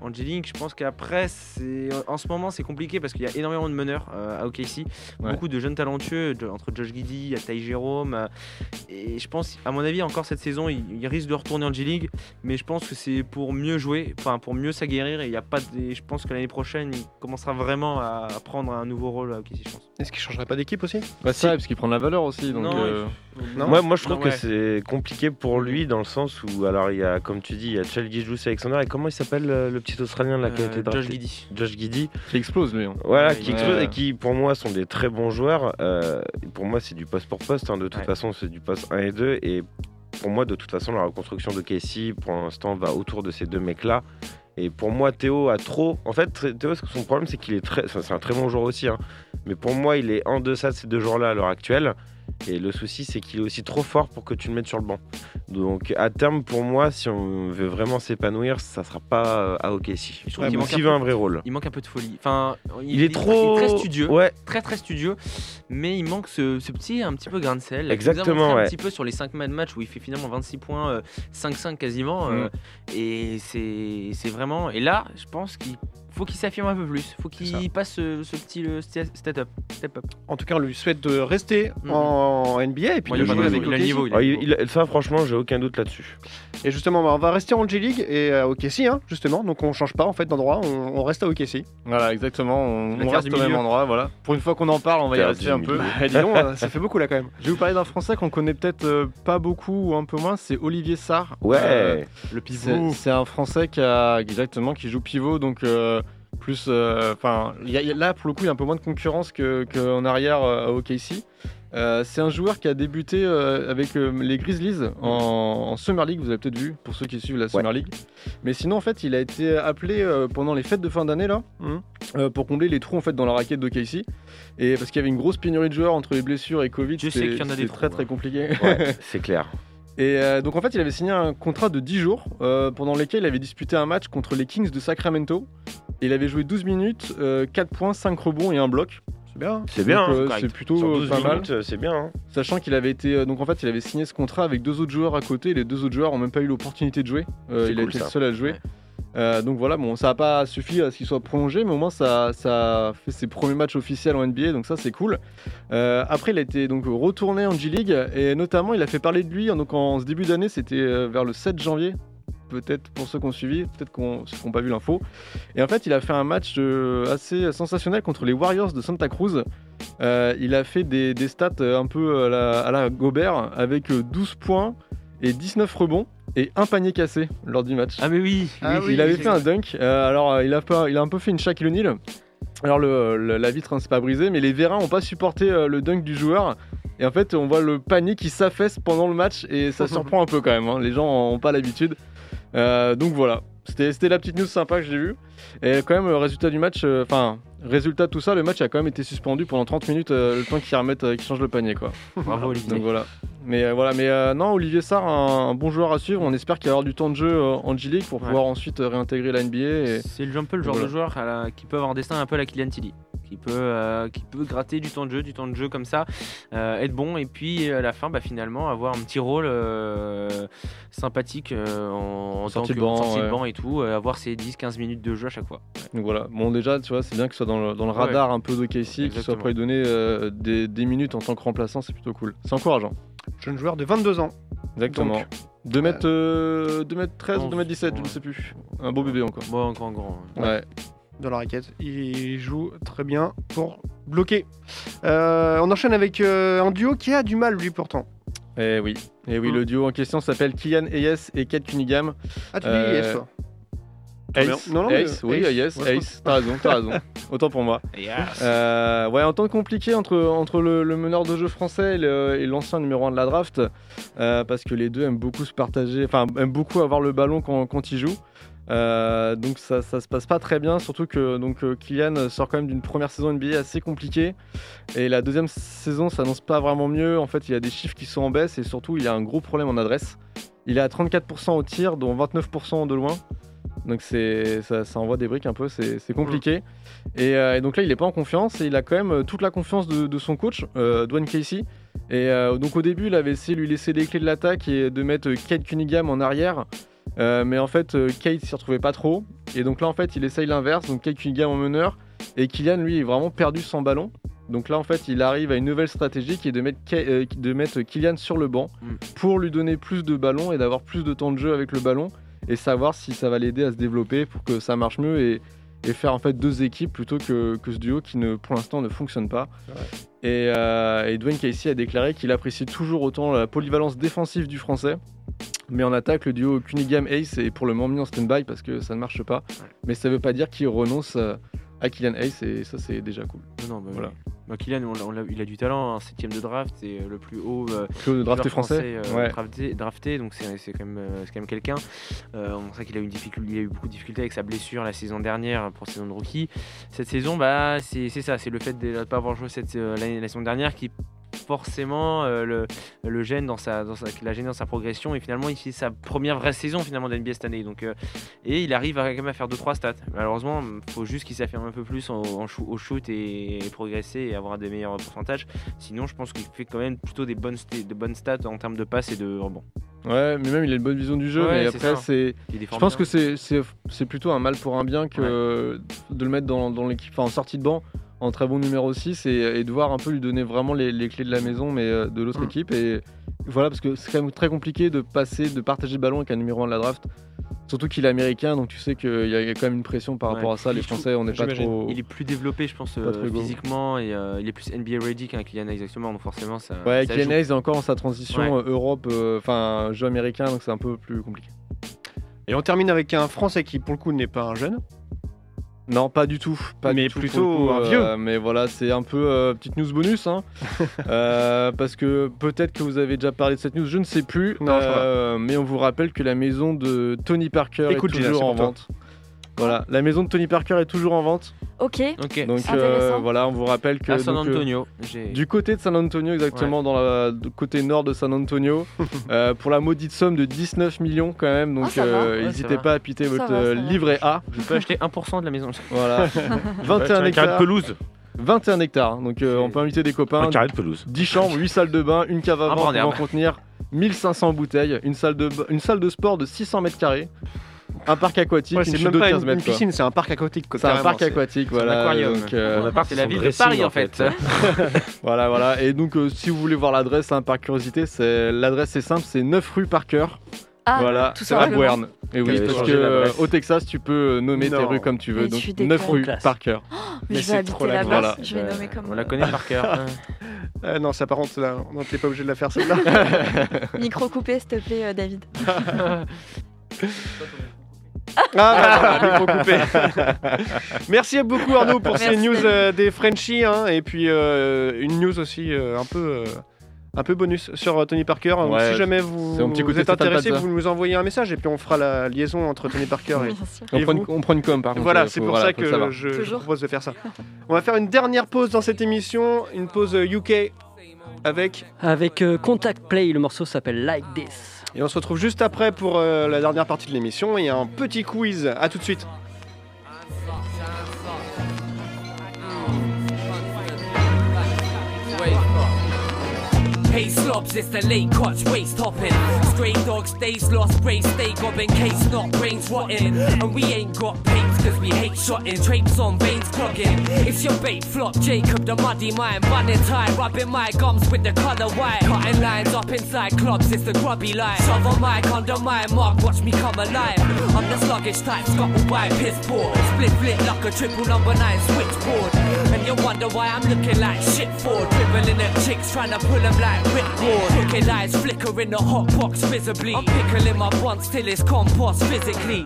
[SPEAKER 4] en G-Link. Je pense qu'après, c'est en ce moment, c'est compliqué parce qu'il y a énormément de meneurs euh, à OKC,
[SPEAKER 5] Ouais.
[SPEAKER 4] beaucoup de jeunes talentueux, de- entre Josh Giddy, Ty Jérôme. euh, et je pense, à mon avis, encore cette saison, il, il risque de retourner en G-League mais je pense que c'est pour mieux jouer, enfin pour mieux s'aguerrir. Et il y a pas, de- et je pense que l'année prochaine, il commencera vraiment à prendre un nouveau rôle à OKC, je pense.
[SPEAKER 2] Est-ce qu'il changerait pas d'équipe aussi
[SPEAKER 5] Bah, c'est vrai, parce qu'il prend de la valeur aussi. Donc,
[SPEAKER 4] Non,
[SPEAKER 5] euh,
[SPEAKER 2] Non
[SPEAKER 3] moi, moi, je trouve
[SPEAKER 4] Non,
[SPEAKER 3] que
[SPEAKER 4] ouais.
[SPEAKER 3] c'est compliqué pour lui dans le sens où, alors, il y a, comme tu dis, il y a Chel Gijus Alexander et comment il s'appelle euh, le petit Australien là qui a
[SPEAKER 4] Euh,
[SPEAKER 3] été
[SPEAKER 4] Josh
[SPEAKER 3] drafté
[SPEAKER 4] Giddy.
[SPEAKER 3] Josh Giddy.
[SPEAKER 5] qui explose, lui. hein.
[SPEAKER 3] Voilà,
[SPEAKER 4] Ouais,
[SPEAKER 3] qui
[SPEAKER 4] il-
[SPEAKER 3] explose
[SPEAKER 5] ouais.
[SPEAKER 3] et qui, pour moi, sont des très bons joueurs. Euh, pour moi, c'est du poste pour poste. hein. De toute
[SPEAKER 4] Ouais.
[SPEAKER 3] façon, c'est du poste 1 et 2. Et pour moi, de toute façon, la reconstruction de Casey, pour l'instant, va autour de ces deux mecs-là. Et pour moi, Théo a trop. En fait, très- Théo, ce- son problème, c'est qu'il est très. enfin, C'est un très bon joueur aussi. hein. Mais pour moi, il est en deçà de ces deux joueurs-là à l'heure actuelle. Et le souci, c'est qu'il est aussi trop fort pour que tu le mettes sur le banc. Donc, à terme, pour moi, si on veut vraiment s'épanouir, ça sera pas euh, à OKC. si.
[SPEAKER 4] trouve qu'il manque
[SPEAKER 3] s'il
[SPEAKER 4] un
[SPEAKER 3] veut
[SPEAKER 4] peu-
[SPEAKER 3] un vrai rôle.
[SPEAKER 4] Il manque un peu de folie. Enfin,
[SPEAKER 3] Il, est, trop.
[SPEAKER 4] il est très studieux,
[SPEAKER 3] Ouais,
[SPEAKER 4] très très studieux, mais il manque ce, ce petit un petit peu grain de sel. Il nous a
[SPEAKER 3] Exactement,
[SPEAKER 4] montré
[SPEAKER 3] ouais.
[SPEAKER 4] Un petit peu sur les 5 man match où il fait finalement 26 points, euh, 5-5 quasiment.
[SPEAKER 3] Mm.
[SPEAKER 4] euh, et c'est c'est vraiment. Et là, je pense qu'il faut qu'il s'affirme un peu plus. Faut
[SPEAKER 2] C'est
[SPEAKER 4] qu'il passe ce, ce petit le sta- step up, step up.
[SPEAKER 2] En tout cas, on lui souhaite de rester
[SPEAKER 4] Mhm.
[SPEAKER 2] en NBA et puis
[SPEAKER 4] Moi,
[SPEAKER 2] de
[SPEAKER 4] il a
[SPEAKER 2] jouer
[SPEAKER 4] le
[SPEAKER 2] avec
[SPEAKER 4] niveau, il a
[SPEAKER 2] OKC.
[SPEAKER 4] le niveau, il a
[SPEAKER 3] Ouais,
[SPEAKER 4] le
[SPEAKER 3] Oh, il- il- ça, franchement, j'ai aucun doute là-dessus.
[SPEAKER 2] Et justement, bah, on va rester en G-League et à OKC, hein, justement. Donc on change pas en fait d'endroit, on, on reste à OKC.
[SPEAKER 5] Voilà, exactement. On,
[SPEAKER 2] La
[SPEAKER 5] on
[SPEAKER 2] carte
[SPEAKER 5] reste
[SPEAKER 2] du
[SPEAKER 5] au même
[SPEAKER 2] milieu.
[SPEAKER 5] endroit. Voilà. Pour une fois qu'on en parle, on va y
[SPEAKER 3] Carte
[SPEAKER 5] rester
[SPEAKER 3] du
[SPEAKER 5] un
[SPEAKER 3] milieu.
[SPEAKER 5] peu.
[SPEAKER 2] Bah, dis donc, euh, ça fait beaucoup là quand même.
[SPEAKER 5] Je vais vous parler d'un Français qu'on connaît peut-être euh, pas beaucoup ou un peu moins. C'est Olivier Sarr.
[SPEAKER 3] Ouais.
[SPEAKER 5] Euh,
[SPEAKER 2] Le
[SPEAKER 5] C'est c'est un Français qui a exactement qui joue pivot, donc euh, plus. euh, Enfin, il y a- il y a- là pour le coup, il y a un peu moins de concurrence que qu'en arrière euh, à OKC. Euh, c'est un joueur qui a débuté euh, avec euh, les Grizzlies en, en Summer League, vous avez peut-être vu, pour ceux qui suivent la Summer League. Mais sinon, en fait, il a été appelé euh, pendant les fêtes de fin d'année, là,
[SPEAKER 4] Mmh.
[SPEAKER 2] Mhm.
[SPEAKER 5] euh, pour combler les trous, en fait, dans la raquette d'OKC. Et parce qu'il y avait une grosse pénurie de joueurs entre les blessures et Covid,
[SPEAKER 4] Je sais
[SPEAKER 5] c'était
[SPEAKER 4] qu'il y en a des
[SPEAKER 5] c'était
[SPEAKER 4] trous,
[SPEAKER 5] très,
[SPEAKER 4] hein.
[SPEAKER 5] très compliqué.
[SPEAKER 3] Ouais, c'est clair.
[SPEAKER 5] Et euh, donc en fait, il avait signé un contrat de 10 jours euh, pendant lesquels il avait disputé un match contre les Kings de Sacramento. Et il avait joué 12 minutes, euh, 4 points, 5 rebonds et un bloc.
[SPEAKER 2] C'est bien.
[SPEAKER 3] C'est bien.
[SPEAKER 5] Donc,
[SPEAKER 3] hein.
[SPEAKER 5] euh,
[SPEAKER 4] correct.
[SPEAKER 5] c'est plutôt
[SPEAKER 3] Sur
[SPEAKER 5] euh,
[SPEAKER 3] 12
[SPEAKER 5] pas mal.
[SPEAKER 3] minutes, euh, c'est bien. hein.
[SPEAKER 5] Sachant qu'il avait été euh, donc en fait, il avait signé ce contrat avec deux autres joueurs à côté. Et les deux autres joueurs ont même pas eu l'opportunité de jouer. Euh,
[SPEAKER 3] C'est
[SPEAKER 5] il a
[SPEAKER 3] cool,
[SPEAKER 5] été
[SPEAKER 3] ça.
[SPEAKER 5] le seul à le jouer.
[SPEAKER 4] Ouais.
[SPEAKER 5] Euh, donc voilà, bon, ça n'a pas suffi à ce qu'il soit prolongé, mais au moins ça, ça a fait ses premiers matchs officiels en NBA, donc ça c'est cool. Euh, après, il a été donc retourné en G League et notamment il a fait parler de lui. Donc en ce début d'année, c'était euh, vers le 7 janvier, peut-être pour ceux qui ont suivi, peut-être qu'on, ceux qui n'ont pas vu l'info. Et en fait, il a fait un match euh, assez sensationnel contre les Warriors de Santa Cruz. Euh, il a fait des, des stats euh, un peu à la, à la Gobert avec euh, 12 points et 19 rebonds et un panier cassé lors du match.
[SPEAKER 4] Ah mais oui.
[SPEAKER 2] Ah oui,
[SPEAKER 5] il avait
[SPEAKER 2] c'est-
[SPEAKER 5] fait un dunk. euh, alors, euh, il a, pas- il a un peu fait une Shaquille O'Neal. Alors, le, le- la vitre, hein, c'est pas brisé, mais les vérins n'ont pas supporté euh, le dunk du joueur. Et en fait, on voit le panier qui s'affaisse pendant le match et ça surprend un peu quand même. hein. Les gens n'ont pas l'habitude. Euh, donc voilà, c'était c'était la petite news sympa que j'ai vue. Et quand même, le résultat du match, euh, enfin, résultat de tout ça, le match a quand même été suspendu pendant 30 minutes, euh, le temps qu'ils remettent, euh, qu'ils changent le panier quoi.
[SPEAKER 4] Bravo Olivier.
[SPEAKER 5] Donc voilà. Mais euh, voilà, mais euh, non, Olivier Sarr, un, un bon joueur à suivre. On espère qu'il va avoir du temps de jeu euh, en G League pour
[SPEAKER 4] Ouais.
[SPEAKER 5] pouvoir ensuite euh, réintégrer la NBA. Et...
[SPEAKER 4] C'est le- un peu le genre
[SPEAKER 5] Voilà.
[SPEAKER 4] de joueur à la- qui peut avoir un destin un peu à la Kylian Tilly. Qui peut, euh, qui peut gratter du temps de jeu, du temps de jeu comme ça, euh, être bon et puis à la fin, bah, finalement, avoir un petit rôle euh, sympathique euh, en, en
[SPEAKER 5] Sortie
[SPEAKER 4] tant
[SPEAKER 5] de
[SPEAKER 4] que
[SPEAKER 5] banc,
[SPEAKER 4] sortie
[SPEAKER 5] ouais.
[SPEAKER 4] de banc et tout, euh, avoir ses 10-15 minutes de jeu à chaque fois.
[SPEAKER 5] Donc voilà. Bon, déjà, tu vois, c'est bien qu'il soit dans le, dans le radar un peu de Casey, qu'il soit
[SPEAKER 4] Exactement.
[SPEAKER 5] pour lui donner euh, des, des minutes en tant que remplaçant, c'est plutôt cool. C'est encourageant.
[SPEAKER 2] Jeune joueur de 22 ans.
[SPEAKER 5] Exactement.
[SPEAKER 2] Donc,
[SPEAKER 5] 2 mètres, euh, 2 mètres 13 ou 2 mètres 17, je ne
[SPEAKER 4] Ouais.
[SPEAKER 5] sais plus. Un beau bébé encore.
[SPEAKER 4] Bon, encore en grand.
[SPEAKER 5] Ouais.
[SPEAKER 2] dans la raquette. Il joue très bien pour bloquer. Euh, on enchaîne avec euh, un duo qui a du mal lui pourtant.
[SPEAKER 5] Et Eh oui. Et oui,
[SPEAKER 2] Mm.
[SPEAKER 5] le duo en question s'appelle Kylian Hayes et Kate Cunningham.
[SPEAKER 2] Ah tu dis
[SPEAKER 5] Euh,
[SPEAKER 2] yes, toi. Très bien.
[SPEAKER 5] Hayes,
[SPEAKER 2] Non, non, mais-
[SPEAKER 5] Hayes, oui,
[SPEAKER 2] Hayes.
[SPEAKER 5] Hayes,
[SPEAKER 2] Moi, je
[SPEAKER 5] Hayes, t'as raison, t'as raison. Autant pour moi. Euh, ouais, en temps compliqué entre, entre le, le meneur de jeu français et le- et l'ancien numéro 1 de la draft, euh, parce que les deux aiment beaucoup se partager, enfin aiment beaucoup avoir le ballon quand, quand ils jouent. Euh, donc ça, ça se passe pas très bien, surtout que donc euh, Kylian sort quand même d'une première saison NBA assez compliquée et la deuxième saison s'annonce pas vraiment mieux. En fait, il y a des chiffres qui sont en baisse et surtout il y a un gros problème en adresse. Il est à 34% au tir, dont 29% de loin. Donc c'est ça, ça envoie des briques un peu, c'est c'est compliqué. Et, euh, et donc là, il n'est pas en confiance et il a quand même euh, toute la confiance de, de son coach, euh, Dwayne Casey. Et euh, donc au début, il avait essayé de lui laisser les clés de l'attaque et de mettre euh, Kate Cunningham en arrière. Euh, mais en fait, euh, Kate s'y retrouvait pas trop. Et donc là, en fait, il essaye l'inverse. Donc Kate Cunningham en meneur. Et Kylian, lui, est vraiment perdu sans ballon. Donc là, en fait, il arrive à une nouvelle stratégie qui est de mettre, Ka- euh, de mettre Kylian sur le banc
[SPEAKER 4] Mm.
[SPEAKER 5] pour lui donner plus de ballon et d'avoir plus de temps de jeu avec le ballon et savoir si ça va l'aider à se développer pour que ça marche mieux et, et faire en fait deux équipes plutôt que, que ce duo qui ne, pour l'instant ne fonctionne pas. Et, euh, et Dwayne Casey a déclaré qu'il apprécie toujours autant la polyvalence défensive du français. Mais en attaque, le duo Cunningham Ace est pour le moment mis en stand-by parce que ça ne marche pas. Mais ça ne veut pas dire qu'il renonce euh, à Kylian Ace et ça c'est déjà cool.
[SPEAKER 4] Non, non, bah,
[SPEAKER 5] Voilà.
[SPEAKER 4] oui. Bah, Kylian, on l'a- on l'a- il a du talent, un septième de draft, c'est euh, le plus haut euh,
[SPEAKER 5] Claude de drafté
[SPEAKER 4] joueur
[SPEAKER 5] français.
[SPEAKER 4] euh,
[SPEAKER 5] ouais.
[SPEAKER 4] drafté, drafté, donc c'est c'est quand même, euh, c'est quand même quelqu'un. Euh, on sait qu'il a eu une difficulté, il a eu beaucoup de difficultés avec sa blessure la saison dernière pour saison de rookie. Cette saison, bah c'est c'est ça, c'est le fait de ne pas avoir joué cette euh, l'année- la saison dernière qui forcément euh, le, le gêne dans sa, dans sa qui l'a gêné dans sa progression et finalement il fait sa première vraie saison finalement d'NBA cette année donc euh, et il arrive à, quand même à faire 2-3 stats malheureusement faut juste qu'il s'affirme un peu plus en, en shoo- au shoot et, et progresser et avoir des meilleurs pourcentages sinon je pense qu'il fait quand même plutôt des bonnes, sta- des bonnes stats en termes de passes et de rebonds
[SPEAKER 5] Ouais, mais même il a une bonne vision du jeu,
[SPEAKER 4] Ouais,
[SPEAKER 5] mais
[SPEAKER 4] c'est
[SPEAKER 5] après
[SPEAKER 4] ça.
[SPEAKER 5] c'est,
[SPEAKER 4] Il hein.
[SPEAKER 5] je
[SPEAKER 4] défend
[SPEAKER 5] pense
[SPEAKER 4] bien.
[SPEAKER 5] que c'est, c'est, c'est plutôt un mal pour un bien que
[SPEAKER 4] Ouais.
[SPEAKER 5] euh, de le mettre dans, dans l'équipe, enfin en sortie de banc, en très bon numéro 6 et, et de voir un peu lui donner vraiment les, les clés de la maison, mais euh, de l'autre
[SPEAKER 4] Mm.
[SPEAKER 5] équipe. Et voilà, parce que c'est quand même très compliqué de passer, de partager le ballon avec un numéro 1 de la draft. Surtout qu'il est américain, donc tu sais qu'il y a il y a quand même une pression par
[SPEAKER 4] Ouais.
[SPEAKER 5] rapport à ça.
[SPEAKER 4] Puis
[SPEAKER 5] Les
[SPEAKER 4] je trouve-
[SPEAKER 5] Français, on n'est pas
[SPEAKER 2] j'imagine,
[SPEAKER 5] trop.
[SPEAKER 4] il est plus développé je pense
[SPEAKER 5] Pas
[SPEAKER 4] euh,
[SPEAKER 5] très beau.
[SPEAKER 4] physiquement et euh, il est plus NBA ready qu'un Kylian exactement donc forcément ça
[SPEAKER 5] Ouais,
[SPEAKER 4] ça
[SPEAKER 5] Kylian
[SPEAKER 4] joue.
[SPEAKER 5] Hayes est encore en sa transition euh, Europe, euh, enfin jeu américain, donc c'est un peu plus compliqué.
[SPEAKER 2] Et on termine avec un Français qui, pour le coup, n'est pas un jeune.
[SPEAKER 5] Non, pas du tout. Pas
[SPEAKER 2] Mais
[SPEAKER 5] du tout, pour
[SPEAKER 2] plutôt
[SPEAKER 5] le coup,
[SPEAKER 2] un
[SPEAKER 5] euh, mais voilà, c'est un peu euh, petite news bonus. hein. Euh, parce que peut-être que vous avez déjà parlé de cette news, je ne sais plus.
[SPEAKER 2] Non, je crois
[SPEAKER 5] Euh, mais on vous rappelle que la maison de Tony Parker
[SPEAKER 2] Écoute,
[SPEAKER 5] est
[SPEAKER 2] Gina,
[SPEAKER 5] toujours
[SPEAKER 2] c'est
[SPEAKER 5] en
[SPEAKER 2] pour toi.
[SPEAKER 5] vente. Voilà, la maison de Tony Parker est toujours en vente.
[SPEAKER 1] Ok,
[SPEAKER 4] ok
[SPEAKER 5] Donc euh,
[SPEAKER 1] C'est intéressant.
[SPEAKER 5] voilà, on vous rappelle que
[SPEAKER 4] à San
[SPEAKER 5] donc, euh,
[SPEAKER 4] Antonio j'ai
[SPEAKER 5] du côté de San Antonio, exactement, dans la du côté nord de San Antonio, euh, pour la maudite somme de 19 millions quand même. Donc
[SPEAKER 1] Ah, ça va.
[SPEAKER 5] euh,
[SPEAKER 4] Ouais, ça
[SPEAKER 5] n'hésitez
[SPEAKER 4] va.
[SPEAKER 5] pas à piter
[SPEAKER 1] Ça
[SPEAKER 5] votre
[SPEAKER 1] va, ça
[SPEAKER 5] euh,
[SPEAKER 1] va.
[SPEAKER 5] livret A.
[SPEAKER 4] je peux acheter 1% de la maison
[SPEAKER 5] Voilà, 21
[SPEAKER 3] un carré de
[SPEAKER 5] hectares.
[SPEAKER 3] pelouse.
[SPEAKER 5] 21 hectares, donc euh, on peut inviter des copains.
[SPEAKER 3] Un carré de pelouse.
[SPEAKER 5] 10 chambres, 8 salles de bain, une
[SPEAKER 2] Ah,
[SPEAKER 5] cave à
[SPEAKER 4] Un
[SPEAKER 5] vin
[SPEAKER 4] brin
[SPEAKER 5] pouvant
[SPEAKER 4] d'herbe.
[SPEAKER 5] contenir 1500 bouteilles, une salle de, ba- une salle de sport de 600 mètres carrés, un parc aquatique,
[SPEAKER 2] Ouais,
[SPEAKER 5] une
[SPEAKER 2] c'est
[SPEAKER 5] chute
[SPEAKER 2] même
[SPEAKER 5] de
[SPEAKER 2] pas
[SPEAKER 5] 15
[SPEAKER 2] une, une
[SPEAKER 5] mètres. quoi.
[SPEAKER 2] piscine, c'est un parc aquatique. quoi,
[SPEAKER 5] C'est un
[SPEAKER 2] carrément,
[SPEAKER 5] parc
[SPEAKER 2] c'est-
[SPEAKER 5] aquatique, voilà.
[SPEAKER 4] aquarium.
[SPEAKER 5] Donc, euh,
[SPEAKER 3] Mon appart,
[SPEAKER 4] c'est la
[SPEAKER 3] son
[SPEAKER 4] ville de
[SPEAKER 3] dressing,
[SPEAKER 4] Paris en fait,
[SPEAKER 5] voilà, voilà. Et donc, euh, si vous voulez voir l'adresse, hein, par curiosité, c'est l'adresse est simple, c'est 9 rue Parker.
[SPEAKER 1] ah,
[SPEAKER 5] voilà,
[SPEAKER 1] tout
[SPEAKER 5] c'est à
[SPEAKER 1] simplement.
[SPEAKER 5] Bourne. Et oui,
[SPEAKER 3] T'avais
[SPEAKER 5] parce
[SPEAKER 3] changé
[SPEAKER 5] que
[SPEAKER 3] l'adresse.
[SPEAKER 5] euh, au Texas, tu peux euh, nommer tes
[SPEAKER 2] Non.
[SPEAKER 5] rues comme tu veux.
[SPEAKER 1] Mais
[SPEAKER 5] donc,
[SPEAKER 1] tu
[SPEAKER 5] 9
[SPEAKER 1] déconnes.
[SPEAKER 5] rue
[SPEAKER 6] Classe.
[SPEAKER 5] Parker.
[SPEAKER 1] Mais
[SPEAKER 5] Mais
[SPEAKER 1] je
[SPEAKER 5] c'est
[SPEAKER 1] vais habiter
[SPEAKER 5] trop la
[SPEAKER 1] là-bas,
[SPEAKER 5] classe.
[SPEAKER 1] je vais
[SPEAKER 4] Euh,
[SPEAKER 1] nommer comme
[SPEAKER 4] On la connaît par cœur. hein.
[SPEAKER 2] Euh, non, ça par contre, là, on n'est pas obligé de la faire celle-là.
[SPEAKER 1] Micro coupé, s'il te plaît, euh, David.
[SPEAKER 2] Ah, bah, micro coupé. Merci beaucoup Arnaud pour ces
[SPEAKER 1] Merci,
[SPEAKER 2] news
[SPEAKER 1] David.
[SPEAKER 2] euh, des Frenchies hein, et puis euh, une news aussi euh, un peu. euh, un peu bonus sur euh, Tony Parker. Donc,
[SPEAKER 5] Ouais,
[SPEAKER 2] si jamais vous,
[SPEAKER 5] c'est mon petit
[SPEAKER 2] vous
[SPEAKER 5] côté
[SPEAKER 2] êtes
[SPEAKER 5] Stéphane
[SPEAKER 2] intéressé,
[SPEAKER 5] Plaza.
[SPEAKER 2] vous nous envoyez un message et puis on fera la liaison entre Tony Parker et,
[SPEAKER 1] Bien sûr.
[SPEAKER 5] On
[SPEAKER 2] Et
[SPEAKER 5] prend,
[SPEAKER 2] vous
[SPEAKER 5] une, on prend une com, par contre.
[SPEAKER 2] Voilà,
[SPEAKER 5] euh,
[SPEAKER 2] c'est
[SPEAKER 5] faut-
[SPEAKER 2] pour
[SPEAKER 5] voilà,
[SPEAKER 2] ça
[SPEAKER 5] faut le savoir.
[SPEAKER 2] que je, je
[SPEAKER 1] Toujours.
[SPEAKER 2] propose de faire ça. On va faire une dernière pause dans cette émission, une pause euh, UK avec.
[SPEAKER 6] Avec euh, Contact Play, le morceau s'appelle Like This.
[SPEAKER 2] Et on se retrouve juste après pour euh, la dernière partie de l'émission et un petit quiz. À tout de suite.
[SPEAKER 8] Hey slobs, it's the late clutch, waist hopping. Stray dog stays lost, brace stay gobbing, case not, brains rotting. And we ain't got paints cause we hate shotting, trapes on veins clogging. It's your bait flop, Jacob the muddy mind, running tight, rubbing my gums with the colour white. Cutting lines up inside clubs, it's the grubby line. Shove a mic under my mark, watch me come alive. I'm the sluggish type, scuttle by piss poor. Split flip like a triple number nine switchboard. And you wonder why I'm looking like shit for. Dribbling at chicks, trying to pull them like ripcord. Crooked eyes flicker in the hot box visibly. I'm pickling my blunts till it's compost physically.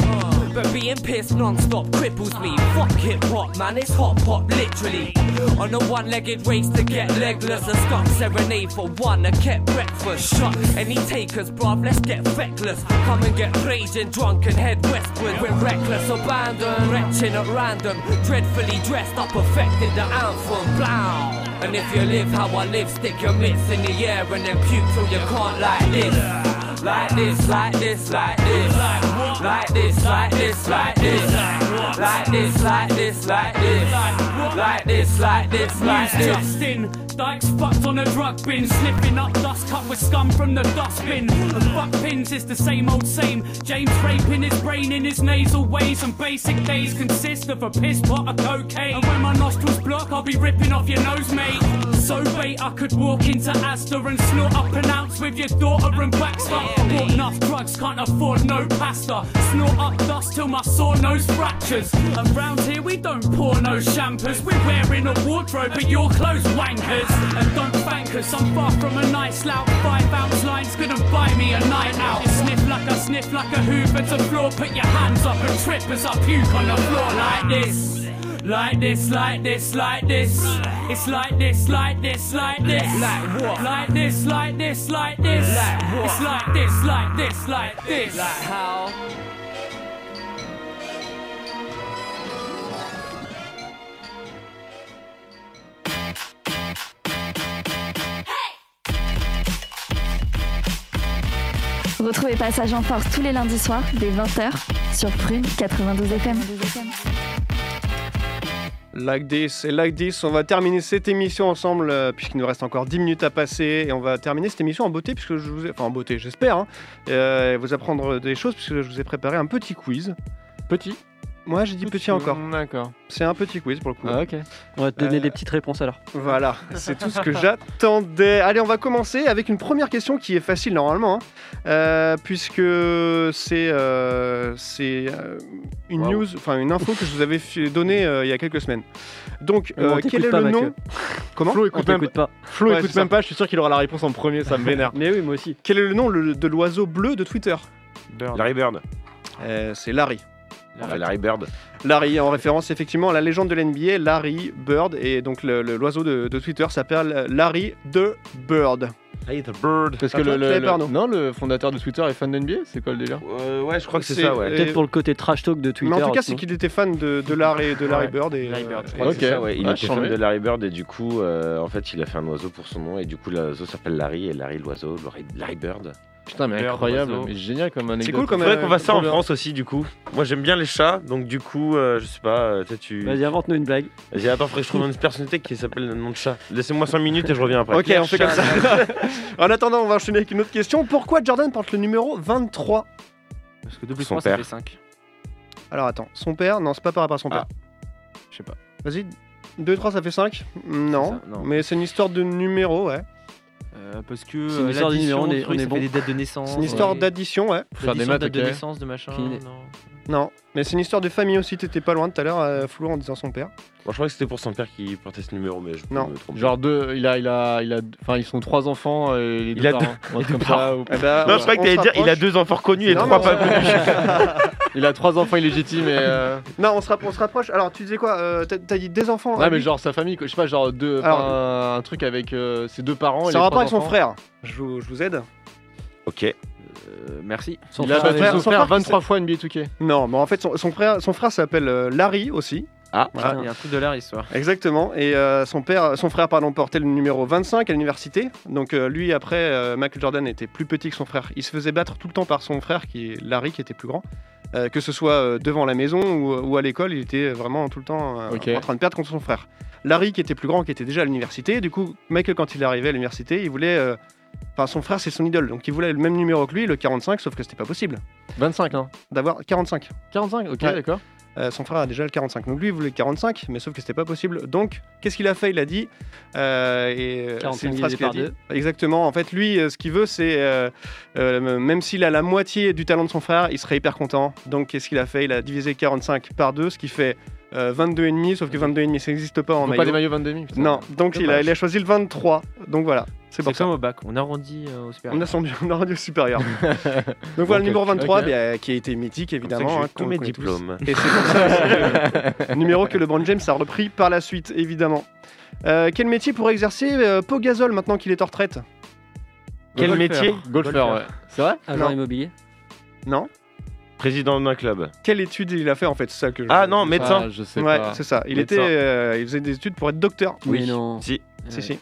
[SPEAKER 8] But being pissed non-stop cripples me. Fuck hip hop, man, it's hot pop literally. On a one-legged race to get legless, a skunk serenade for one. I kept breakfast shut. Any takers, bruv, let's get reckless. Come and get raging drunk and head westward. We're reckless, abandoned, retching at random. Dreadfully dressed up, affected the anthem. Blow. And if you live how I live, stick your mitts in the air and then puke till you can't like this. Like this, like this, like this. Like this, like this, like this. Like this, like this, like this. Like this, like this, like
[SPEAKER 7] News
[SPEAKER 8] this.
[SPEAKER 7] just in. Dykes fucked on a drug bin, slipping up dust cut with scum from the dustbin. And fuck pins is the same old same. James raping his brain in his nasal ways, and basic days consist of a piss pot of cocaine. And when my nostrils block, I'll be ripping off your nose, mate. So bait, I could walk into Asda and snort up an ounce with your daughter and Baxter. Bought enough drugs, can't afford no pasta. Snort up dust till my sore nose fractures. And round here we don't pour no shampers. We're wearing a wardrobe, but your clothes wankers. And don't thank us, I'm far from a nice lout. Five ounce lines couldn't buy me a night out. You sniff like I sniff like a hoover to floor. Put your hands up and trip as I puke on the floor like this. Like this, like this, like this. It's like this, like this, like this. Like what? Like this, like this, like this. Like what? It's like this, like this, like this. Like how?
[SPEAKER 1] Retrouvez Passage en Force tous les lundis soirs dès 20h sur Prune 92 FM.
[SPEAKER 2] Like this et like this, on va terminer cette émission ensemble euh, puisqu'il nous reste encore 10 minutes à passer et on va terminer cette émission en beauté puisque je vous ai, enfin en beauté j'espère, hein, euh, vous apprendre des choses puisque je vous ai préparé un petit quiz.
[SPEAKER 5] Petit
[SPEAKER 2] Moi j'ai dit petit encore,
[SPEAKER 5] D'accord.
[SPEAKER 2] c'est un petit quiz pour le coup.
[SPEAKER 5] Ah, ok.
[SPEAKER 6] On va te donner
[SPEAKER 2] Euh,
[SPEAKER 6] des petites réponses alors.
[SPEAKER 2] Voilà, c'est tout ce que j'attendais. Allez, on va commencer avec une première question qui est facile normalement, hein, euh, puisque c'est euh, c'est euh, une
[SPEAKER 5] Wow.
[SPEAKER 2] news, enfin une info que je vous avais fi- donnée euh, il y a quelques semaines. Donc,
[SPEAKER 6] Mais on
[SPEAKER 2] euh,
[SPEAKER 6] t'écoute
[SPEAKER 2] quel est
[SPEAKER 6] pas,
[SPEAKER 2] le nom
[SPEAKER 6] Mathieu.
[SPEAKER 2] Comment
[SPEAKER 5] Flo
[SPEAKER 6] On
[SPEAKER 5] écoute même,
[SPEAKER 6] Ah, t'écoute pas.
[SPEAKER 5] Flo,
[SPEAKER 2] Ouais,
[SPEAKER 5] écoute
[SPEAKER 2] c'est
[SPEAKER 5] même pas, je suis sûr qu'il aura la réponse en premier, ça me vénère.
[SPEAKER 6] Mais oui, moi aussi.
[SPEAKER 2] Quel est le nom le- de l'oiseau bleu de Twitter
[SPEAKER 4] Bird.
[SPEAKER 3] Larry Bird.
[SPEAKER 2] Euh, C'est Larry.
[SPEAKER 3] Ah, Larry Bird.
[SPEAKER 2] Larry, en référence effectivement à la légende de l'NBA, Larry Bird. Et donc le- le- l'oiseau de, de Twitter s'appelle Larry the Bird.
[SPEAKER 3] Larry the Bird.
[SPEAKER 5] Parce
[SPEAKER 2] Ah,
[SPEAKER 5] que
[SPEAKER 2] toi, tu
[SPEAKER 5] le, le-
[SPEAKER 2] l'avais
[SPEAKER 5] le-
[SPEAKER 2] pas, non
[SPEAKER 5] non, le fondateur de Twitter est fan de NBA, c'est quoi le délire
[SPEAKER 3] Euh, ouais, je crois que c'est
[SPEAKER 2] C'est-
[SPEAKER 3] ça, ouais.
[SPEAKER 2] euh,
[SPEAKER 6] Peut-être pour le côté trash talk de Twitter.
[SPEAKER 2] Mais en tout cas,
[SPEAKER 6] sinon.
[SPEAKER 2] c'est qu'il était fan de, de Larry, de Larry
[SPEAKER 3] Ouais.
[SPEAKER 2] Bird. Et,
[SPEAKER 4] Larry Bird,
[SPEAKER 2] euh,
[SPEAKER 4] je
[SPEAKER 3] Ouais,
[SPEAKER 4] crois.
[SPEAKER 5] Ok.
[SPEAKER 3] c'est ça, ouais. Il
[SPEAKER 5] Ah,
[SPEAKER 3] était
[SPEAKER 5] chambé.
[SPEAKER 3] fan de Larry Bird et du coup, euh, en fait, il a fait un oiseau pour son nom et du coup, l'oiseau s'appelle Larry et Larry l'oiseau, Larry, Larry Bird.
[SPEAKER 5] Putain, mais
[SPEAKER 4] Bird,
[SPEAKER 5] incroyable,
[SPEAKER 4] oiseau.
[SPEAKER 5] mais génial comme
[SPEAKER 2] C'est
[SPEAKER 5] anecdote.
[SPEAKER 2] cool comme.
[SPEAKER 3] Il faudrait qu'on fasse ça en
[SPEAKER 5] bien.
[SPEAKER 3] France aussi, du coup. Moi, j'aime bien les chats, donc du coup, euh, je sais pas, euh, peut-être tu.
[SPEAKER 6] Vas-y, invente-nous une blague.
[SPEAKER 3] Vas-y, attends, faudrait que je trouve une personnalité qui s'appelle le nom de chat. Laissez-moi 5 minutes et je reviens après.
[SPEAKER 2] Ok, on fait comme ça. en attendant, on va enchaîner avec une autre question. Pourquoi Jordan porte le numéro 23
[SPEAKER 4] Parce que 2 plus
[SPEAKER 3] Son
[SPEAKER 4] 3, ça
[SPEAKER 3] père.
[SPEAKER 4] fait 5.
[SPEAKER 2] Alors attends, son père Non, c'est pas par rapport à son père.
[SPEAKER 3] Ah.
[SPEAKER 2] Je sais pas. Vas-y, 2, 3, ça fait 5 Non.
[SPEAKER 4] ça, non.
[SPEAKER 2] Mais c'est une histoire de numéro, ouais.
[SPEAKER 4] parce que
[SPEAKER 6] C'est une
[SPEAKER 4] euh,
[SPEAKER 6] histoire de numéro,
[SPEAKER 4] l'addition,
[SPEAKER 6] on est-
[SPEAKER 4] le truc,
[SPEAKER 6] on est
[SPEAKER 4] ça
[SPEAKER 6] bon.
[SPEAKER 4] fait des dates de naissance. euh,
[SPEAKER 2] C'est une histoire
[SPEAKER 4] des-
[SPEAKER 2] d'addition, ouais.
[SPEAKER 5] Faire des
[SPEAKER 4] d'addition,
[SPEAKER 5] maths,
[SPEAKER 4] date de
[SPEAKER 5] ok.
[SPEAKER 4] naissance, de machin.
[SPEAKER 6] Aucune idée.
[SPEAKER 4] non.
[SPEAKER 2] Non. Mais c'est une histoire de famille aussi, t'étais pas loin tout à l'heure, euh, Flou, en disant son père.
[SPEAKER 3] Bon, je crois que c'était pour son père qui portait ce numéro, mais je peux
[SPEAKER 2] Non.
[SPEAKER 3] me tromper.
[SPEAKER 5] Genre deux, il a, il a, il a, enfin ils sont trois enfants euh, et les deux
[SPEAKER 3] a
[SPEAKER 5] parents, un truc comme ça, ou-
[SPEAKER 2] Eh ben,
[SPEAKER 3] Non, je croyais que
[SPEAKER 2] on
[SPEAKER 3] t'allais
[SPEAKER 2] se
[SPEAKER 3] dire, il a
[SPEAKER 2] rapproche.
[SPEAKER 3] deux enfants connus et
[SPEAKER 2] Non,
[SPEAKER 3] trois
[SPEAKER 2] non,
[SPEAKER 3] pas connus.
[SPEAKER 5] il a trois enfants illégitimes et. euh,
[SPEAKER 2] Non, on se, rapp- on se rapproche. Alors, tu disais quoi euh, T'as t'as dit des enfants
[SPEAKER 5] Ouais,
[SPEAKER 2] hein,
[SPEAKER 5] mais
[SPEAKER 2] lui
[SPEAKER 5] genre sa famille, quoi. je sais pas, genre deux,
[SPEAKER 2] Alors-
[SPEAKER 5] enfin, un truc avec euh, ses deux parents. et
[SPEAKER 2] C'est en
[SPEAKER 5] les
[SPEAKER 2] rapport
[SPEAKER 5] trois
[SPEAKER 2] avec son
[SPEAKER 5] enfants.
[SPEAKER 2] frère. Je vous, je vous aide
[SPEAKER 3] Ok.
[SPEAKER 4] Euh, merci.
[SPEAKER 6] Son
[SPEAKER 5] Il a
[SPEAKER 6] frère
[SPEAKER 5] battu
[SPEAKER 6] avait-
[SPEAKER 5] son
[SPEAKER 2] son
[SPEAKER 5] frère
[SPEAKER 2] frère,
[SPEAKER 5] 23 fois NBA 2K.
[SPEAKER 2] Non, mais en fait, son, son frère son frère s'appelle euh, Larry aussi.
[SPEAKER 3] Ah,
[SPEAKER 2] Voilà.
[SPEAKER 4] Il y a un truc de l'art, histoire.
[SPEAKER 2] Exactement. Et euh, son père, son frère, pardon, portait le numéro 25 à l'université. Donc euh, lui, après, euh, Michael Jordan était plus petit que son frère. Il se faisait battre tout le temps par son frère, qui est Larry, qui était plus grand. Euh, que ce soit euh, devant la maison ou, ou à l'école, il était vraiment tout le temps euh,
[SPEAKER 5] Ok.
[SPEAKER 2] en train de perdre contre son frère. Larry, qui était plus grand, qui était déjà à l'université. Du coup, Michael, quand il est arrivé à l'université, il voulait. euh, Enfin, son frère, c'est son idole. Donc il voulait le même numéro que lui, le 45, sauf que c'était pas possible
[SPEAKER 5] 25, hein.
[SPEAKER 2] d'avoir 45.
[SPEAKER 5] 45, ok,
[SPEAKER 2] Ouais.
[SPEAKER 5] d'accord.
[SPEAKER 2] Euh, son frère a déjà le 45. Donc lui, il voulait le 45, mais sauf que c'était pas possible. Donc, qu'est-ce qu'il a fait Il a dit. euh, et, euh,
[SPEAKER 6] 45
[SPEAKER 2] c'est une phrase
[SPEAKER 6] divisé
[SPEAKER 2] qu'il a
[SPEAKER 6] par
[SPEAKER 2] dit.
[SPEAKER 6] deux.
[SPEAKER 2] Exactement. En fait, lui, euh, ce qu'il veut, c'est. euh, euh, même s'il a la moitié du talent de son frère, il serait hyper content. Donc, qu'est-ce qu'il a fait Il a divisé 45 par 2, ce qui fait euh, 22,5, sauf que 22,5, ça n'existe pas en
[SPEAKER 5] Faut
[SPEAKER 2] maillot.
[SPEAKER 5] pas des maillots 22 000. putain.
[SPEAKER 2] non, donc il a,
[SPEAKER 5] Dommage.
[SPEAKER 2] il a choisi le 23. Donc voilà, c'est
[SPEAKER 4] C'est
[SPEAKER 2] pour ça.
[SPEAKER 4] comme au bac, on arrondit euh, au super.
[SPEAKER 2] On a son on a rendu supérieur. Donc voilà, le
[SPEAKER 5] Ok,
[SPEAKER 2] numéro 23,
[SPEAKER 5] ok.
[SPEAKER 2] bah, qui a été mythique,
[SPEAKER 3] Comme ça que
[SPEAKER 2] évidemment.
[SPEAKER 3] j'ai
[SPEAKER 2] hein,
[SPEAKER 3] tous
[SPEAKER 2] qu'on
[SPEAKER 3] mes
[SPEAKER 2] connaît tous.
[SPEAKER 3] diplômes.
[SPEAKER 2] Et c'est pour ça que- numéro que LeBron James a repris par la suite, évidemment. Euh, quel métier pourrait exercer euh, Pau Gasol maintenant qu'il est en retraite
[SPEAKER 3] Quel
[SPEAKER 5] Golfeur.
[SPEAKER 3] métier
[SPEAKER 5] Golfeur, ouais. C'est vrai
[SPEAKER 6] Agent
[SPEAKER 2] Non.
[SPEAKER 6] immobilier.
[SPEAKER 2] Non
[SPEAKER 3] Président d'un club.
[SPEAKER 2] Quelle étude il a fait en fait c'est ça que je-
[SPEAKER 3] Ah non,
[SPEAKER 5] Ah,
[SPEAKER 3] médecin.
[SPEAKER 5] Je sais
[SPEAKER 2] Ouais,
[SPEAKER 5] pas.
[SPEAKER 2] c'est ça. Il,
[SPEAKER 3] Médecin.
[SPEAKER 2] était, euh, il faisait des études pour être docteur.
[SPEAKER 6] Oui, non.
[SPEAKER 3] Si.
[SPEAKER 2] Si, si.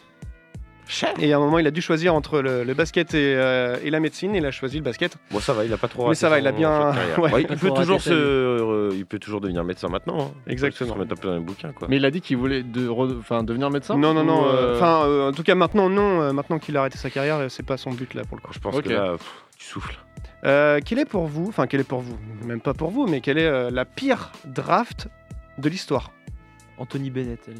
[SPEAKER 2] Et à un moment, il a dû choisir entre le, le basket et, euh, et la médecine. Il a choisi le basket.
[SPEAKER 3] Bon, ça va, il a pas trop
[SPEAKER 2] Mais
[SPEAKER 3] raté
[SPEAKER 2] ça va,
[SPEAKER 3] son-
[SPEAKER 2] il a bien-
[SPEAKER 3] sa carrière.
[SPEAKER 2] ouais.
[SPEAKER 3] Bah, il,
[SPEAKER 6] Il
[SPEAKER 3] peut
[SPEAKER 6] faut
[SPEAKER 3] toujours
[SPEAKER 6] rater
[SPEAKER 3] se,
[SPEAKER 6] sa vie.
[SPEAKER 3] euh, il peut toujours devenir médecin maintenant. hein.
[SPEAKER 2] Exactement.
[SPEAKER 3] Il faut Se remettre un peu dans les bouquins, quoi.
[SPEAKER 5] Mais il a dit qu'il voulait de re- enfin, devenir médecin
[SPEAKER 2] non, non,
[SPEAKER 5] ou,
[SPEAKER 2] non.
[SPEAKER 5] euh,
[SPEAKER 2] euh, Enfin, euh, en tout cas, maintenant, non. euh, maintenant qu'il a arrêté sa carrière, euh, c'est pas son but là pour le coup.
[SPEAKER 3] Je pense
[SPEAKER 5] Ok.
[SPEAKER 3] que là, pff, tu souffles.
[SPEAKER 2] Euh, quelle est pour vous, enfin, quelle est pour vous, même pas pour vous, mais quelle est euh, la pire draft de l'histoire
[SPEAKER 4] Anthony Bennett, allez.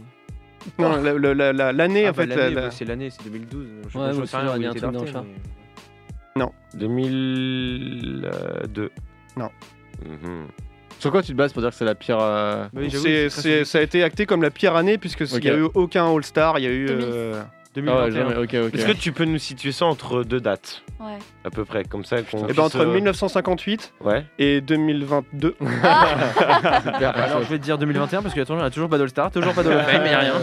[SPEAKER 2] Non, le- le- la- la- l'année
[SPEAKER 4] Ah
[SPEAKER 2] en
[SPEAKER 4] bah,
[SPEAKER 2] fait.
[SPEAKER 4] l'année,
[SPEAKER 2] la-
[SPEAKER 4] bah,
[SPEAKER 2] la-
[SPEAKER 4] c'est l'année, c'est 2012. Je,
[SPEAKER 6] Ouais,
[SPEAKER 4] je
[SPEAKER 6] moi
[SPEAKER 4] sais
[SPEAKER 6] aussi,
[SPEAKER 4] rien,
[SPEAKER 6] j'aurais dit
[SPEAKER 4] où il
[SPEAKER 6] un truc
[SPEAKER 4] était
[SPEAKER 6] dans le
[SPEAKER 4] drafté,
[SPEAKER 6] chat.
[SPEAKER 4] mais-
[SPEAKER 3] 2002.
[SPEAKER 2] Non.
[SPEAKER 3] Mhm.
[SPEAKER 5] Sur quoi tu te bases pour dire que c'est la pire. euh,
[SPEAKER 4] Mais oui, j'avoue,
[SPEAKER 2] C'est-
[SPEAKER 4] c'est très
[SPEAKER 2] c'est-
[SPEAKER 4] solide.
[SPEAKER 2] ça a été acté comme la pire année puisque il n'y a
[SPEAKER 5] Ok.
[SPEAKER 2] eu aucun All-Star, il y a eu euh,
[SPEAKER 5] Ah
[SPEAKER 4] 2021.
[SPEAKER 5] ouais, jamais, ok, ok.
[SPEAKER 3] Est-ce que tu peux nous situer ça entre deux dates,
[SPEAKER 1] Ouais.
[SPEAKER 3] à peu près, comme ça qu'on.
[SPEAKER 2] Et ben,
[SPEAKER 3] puisse,
[SPEAKER 2] entre
[SPEAKER 3] euh,
[SPEAKER 2] 1958
[SPEAKER 3] Ouais.
[SPEAKER 2] et 2022.
[SPEAKER 5] Super,
[SPEAKER 4] Alors je vais te dire 2021 parce que attends, on a toujours pas d'All-Star, toujours pas d'All-Star, mais y a rien.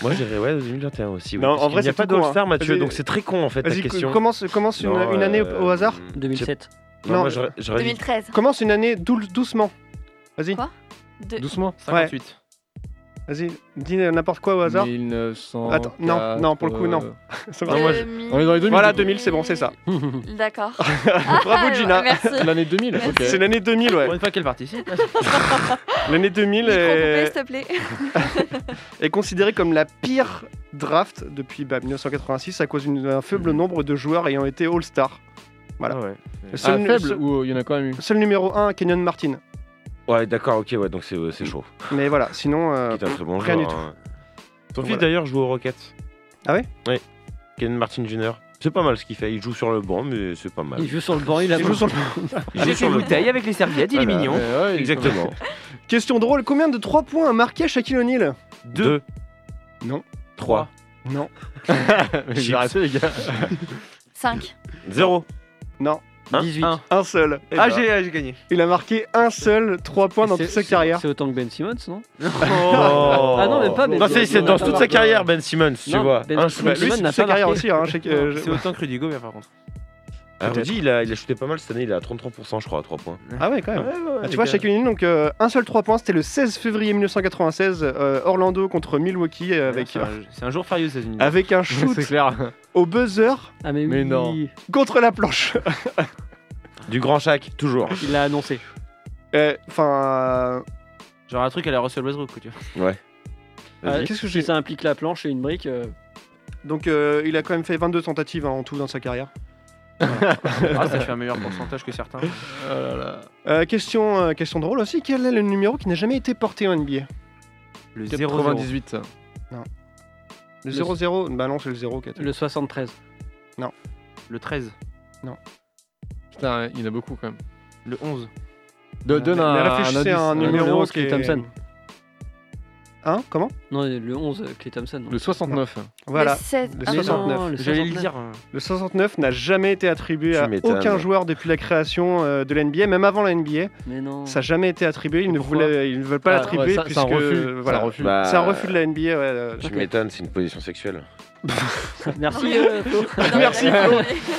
[SPEAKER 3] Moi, j'irais ouais 2021 aussi. oui,
[SPEAKER 2] Non,
[SPEAKER 3] parce
[SPEAKER 2] en
[SPEAKER 3] qu'il
[SPEAKER 2] vrai,
[SPEAKER 3] n'y a
[SPEAKER 2] c'est
[SPEAKER 3] pas
[SPEAKER 2] tout con,
[SPEAKER 3] d'All-Star,
[SPEAKER 2] hein.
[SPEAKER 3] Mathieu,
[SPEAKER 2] Vas-y.
[SPEAKER 3] donc c'est très con en fait ta
[SPEAKER 2] Vas-y, co-
[SPEAKER 3] question.
[SPEAKER 2] commence, commence une,
[SPEAKER 3] Non,
[SPEAKER 2] une année au,
[SPEAKER 3] euh,
[SPEAKER 2] au hasard.
[SPEAKER 3] je sais-
[SPEAKER 6] 2007.
[SPEAKER 2] Non.
[SPEAKER 3] Non, moi, j'aurais- j'aurais dit
[SPEAKER 1] 2013.
[SPEAKER 2] Commence une année doul- doucement. Vas-y,
[SPEAKER 1] Quoi De-
[SPEAKER 5] Doucement.
[SPEAKER 4] 58.
[SPEAKER 2] vas-y, dis euh, n'importe quoi au hasard.
[SPEAKER 5] 1900.
[SPEAKER 2] Attends, non, non, pour le coup, non. Ça va.
[SPEAKER 5] Ah, moi, je- on est dans les 2000.
[SPEAKER 2] Voilà, 2000, c'est bon, c'est ça.
[SPEAKER 1] D'accord.
[SPEAKER 2] Bravo, Gina.
[SPEAKER 1] Merci.
[SPEAKER 5] L'année 2000, ok.
[SPEAKER 2] C'est l'année 2000, ouais.
[SPEAKER 4] Pour une fois qu'elle participe.
[SPEAKER 2] L'année 2000
[SPEAKER 1] Micro coupé,
[SPEAKER 2] est,
[SPEAKER 1] s'il te plaît.
[SPEAKER 2] est considérée comme la pire draft depuis bah, 1986 à cause d'une- d'un faible nombre de joueurs ayant été All-Star. Voilà.
[SPEAKER 3] Ah Mhm. ouais.
[SPEAKER 2] Le
[SPEAKER 5] Ah,
[SPEAKER 2] seul, nu-
[SPEAKER 5] faible
[SPEAKER 2] seul-
[SPEAKER 5] ou il y en a quand même eu
[SPEAKER 2] seul numéro 1, Kenyon Martin.
[SPEAKER 3] Ouais, d'accord, ok, ouais, donc c'est euh, c'est chaud.
[SPEAKER 2] Mais voilà, sinon.
[SPEAKER 3] Qui
[SPEAKER 2] euh,
[SPEAKER 3] est un très bon
[SPEAKER 2] rien
[SPEAKER 3] joueur,
[SPEAKER 2] du tout.
[SPEAKER 3] hein. Ton
[SPEAKER 2] Donc
[SPEAKER 3] fils
[SPEAKER 2] voilà.
[SPEAKER 3] d'ailleurs joue au Rockets.
[SPEAKER 2] Ah ouais
[SPEAKER 3] Oui. Ken Martin Jr. C'est pas mal ce qu'il fait. Il joue sur le banc, mais c'est pas mal.
[SPEAKER 6] Il joue sur le banc, il a
[SPEAKER 2] il joue sur le-
[SPEAKER 3] Il joue
[SPEAKER 4] J'ai fait
[SPEAKER 3] sur
[SPEAKER 4] une
[SPEAKER 3] le
[SPEAKER 4] bouteille avec les serviettes, il est
[SPEAKER 5] Voilà,
[SPEAKER 4] mignon.
[SPEAKER 5] mais Eh ouais, il-
[SPEAKER 3] Exactement.
[SPEAKER 2] Question drôle combien de 3 points a marqué Shaquille O'Neal
[SPEAKER 3] Deux.
[SPEAKER 2] Non.
[SPEAKER 3] Trois.
[SPEAKER 2] Non.
[SPEAKER 5] Mais J'ai arrêté, les gars.
[SPEAKER 1] 5.
[SPEAKER 3] Zéro. Hein
[SPEAKER 6] 18.
[SPEAKER 4] Un.
[SPEAKER 2] Un seul.
[SPEAKER 3] Eh
[SPEAKER 4] Ah,
[SPEAKER 3] ben.
[SPEAKER 4] j'ai j'ai gagné.
[SPEAKER 2] Il a marqué un seul 3 points dans
[SPEAKER 6] C'est-
[SPEAKER 2] toute sa
[SPEAKER 6] c'est-
[SPEAKER 2] carrière.
[SPEAKER 6] C'est autant que Ben Simmons, non
[SPEAKER 3] Oh.
[SPEAKER 6] Ah non, même pas, mais-
[SPEAKER 3] Bah, c'est c'est dans toute sa
[SPEAKER 6] Non,
[SPEAKER 3] carrière, Ben Simmons, tu
[SPEAKER 6] Ben
[SPEAKER 3] vois. Un
[SPEAKER 6] Simmons.
[SPEAKER 3] shoot.
[SPEAKER 2] Bah, Lui,
[SPEAKER 6] n'a
[SPEAKER 2] c'est sa
[SPEAKER 6] pas
[SPEAKER 2] carrière aussi.
[SPEAKER 6] marqué.
[SPEAKER 2] Hein, Shaq- euh, je-
[SPEAKER 4] C'est autant que Rudy Gobert par contre.
[SPEAKER 3] Ah, Rudy, il a, il a shooté pas mal cette année. Il est à 33%, je crois, à 3 points.
[SPEAKER 2] Ah ouais, quand même. Ah, tu vois, Shaquille O'Neal, donc euh, un seul 3 points, c'était le 16 février 1996, euh, Orlando contre Milwaukee, euh, avec,
[SPEAKER 4] C'est un- c'est un jour férié aux États-Unis.
[SPEAKER 2] avec un
[SPEAKER 5] C'est
[SPEAKER 2] shoot
[SPEAKER 5] clair.
[SPEAKER 2] au buzzer
[SPEAKER 6] Ah, mais,
[SPEAKER 5] Mais
[SPEAKER 6] oui,
[SPEAKER 5] non.
[SPEAKER 2] contre la planche.
[SPEAKER 3] Du grand Shaq, toujours.
[SPEAKER 6] Il l'a annoncé.
[SPEAKER 2] Euh, Enfin,
[SPEAKER 4] Genre un truc à la Russell Westbrook, quoi, tu vois.
[SPEAKER 3] Vas-y.
[SPEAKER 6] Ah, Qu'est-ce que Ça implique la planche et une brique. euh,
[SPEAKER 2] donc euh, il a quand même fait 22 tentatives hein, en tout dans sa carrière.
[SPEAKER 4] Ah, ça fait un meilleur pourcentage que certains.
[SPEAKER 5] Oh là là.
[SPEAKER 2] Euh, question, euh, question drôle aussi, quel est le numéro qui n'a jamais été porté en NBA
[SPEAKER 4] Le 0
[SPEAKER 5] 98.
[SPEAKER 2] Le
[SPEAKER 6] Le-
[SPEAKER 2] 0-0 Bah non, c'est le 0 qui a été-
[SPEAKER 6] Le 73.
[SPEAKER 4] le 13,
[SPEAKER 5] Putain, il y en a beaucoup quand même.
[SPEAKER 4] le 11.
[SPEAKER 5] Do-
[SPEAKER 2] Mais-
[SPEAKER 5] donne
[SPEAKER 2] mais
[SPEAKER 5] un,
[SPEAKER 2] réfléchissez à un
[SPEAKER 5] indice. Ah,
[SPEAKER 6] Le
[SPEAKER 2] numéro
[SPEAKER 6] 11,
[SPEAKER 2] qui est...
[SPEAKER 6] Clay Thompson.
[SPEAKER 2] Hein Comment
[SPEAKER 6] Non, le 11, euh, Clay Thompson. non.
[SPEAKER 5] Le 69.
[SPEAKER 2] Voilà.
[SPEAKER 1] Le 16.
[SPEAKER 2] Le
[SPEAKER 1] Ah,
[SPEAKER 6] Mais non,
[SPEAKER 2] 69.
[SPEAKER 6] le
[SPEAKER 4] J'allais le
[SPEAKER 6] 69.
[SPEAKER 4] dire. hein.
[SPEAKER 2] Le 69 n'a jamais été attribué
[SPEAKER 3] Tu
[SPEAKER 2] à
[SPEAKER 3] m'étonnes.
[SPEAKER 2] aucun joueur depuis la création euh, de la NBA, même avant la NBA.
[SPEAKER 6] Mais non.
[SPEAKER 2] Ça n'a jamais été attribué. Ils ne,
[SPEAKER 5] Pourquoi
[SPEAKER 2] voulaient, ils ne veulent pas
[SPEAKER 5] Ah, ouais,
[SPEAKER 2] l'attribuer
[SPEAKER 5] ça-
[SPEAKER 2] puisque
[SPEAKER 5] c'est un refus.
[SPEAKER 2] euh,
[SPEAKER 5] C'est
[SPEAKER 2] voilà.
[SPEAKER 5] un refus.
[SPEAKER 3] Bah,
[SPEAKER 2] C'est un refus de la NBA. ouais, euh,
[SPEAKER 3] Tu m'étonnes, c'est une position sexuelle.
[SPEAKER 6] Merci, euh, Flo.
[SPEAKER 1] Merci,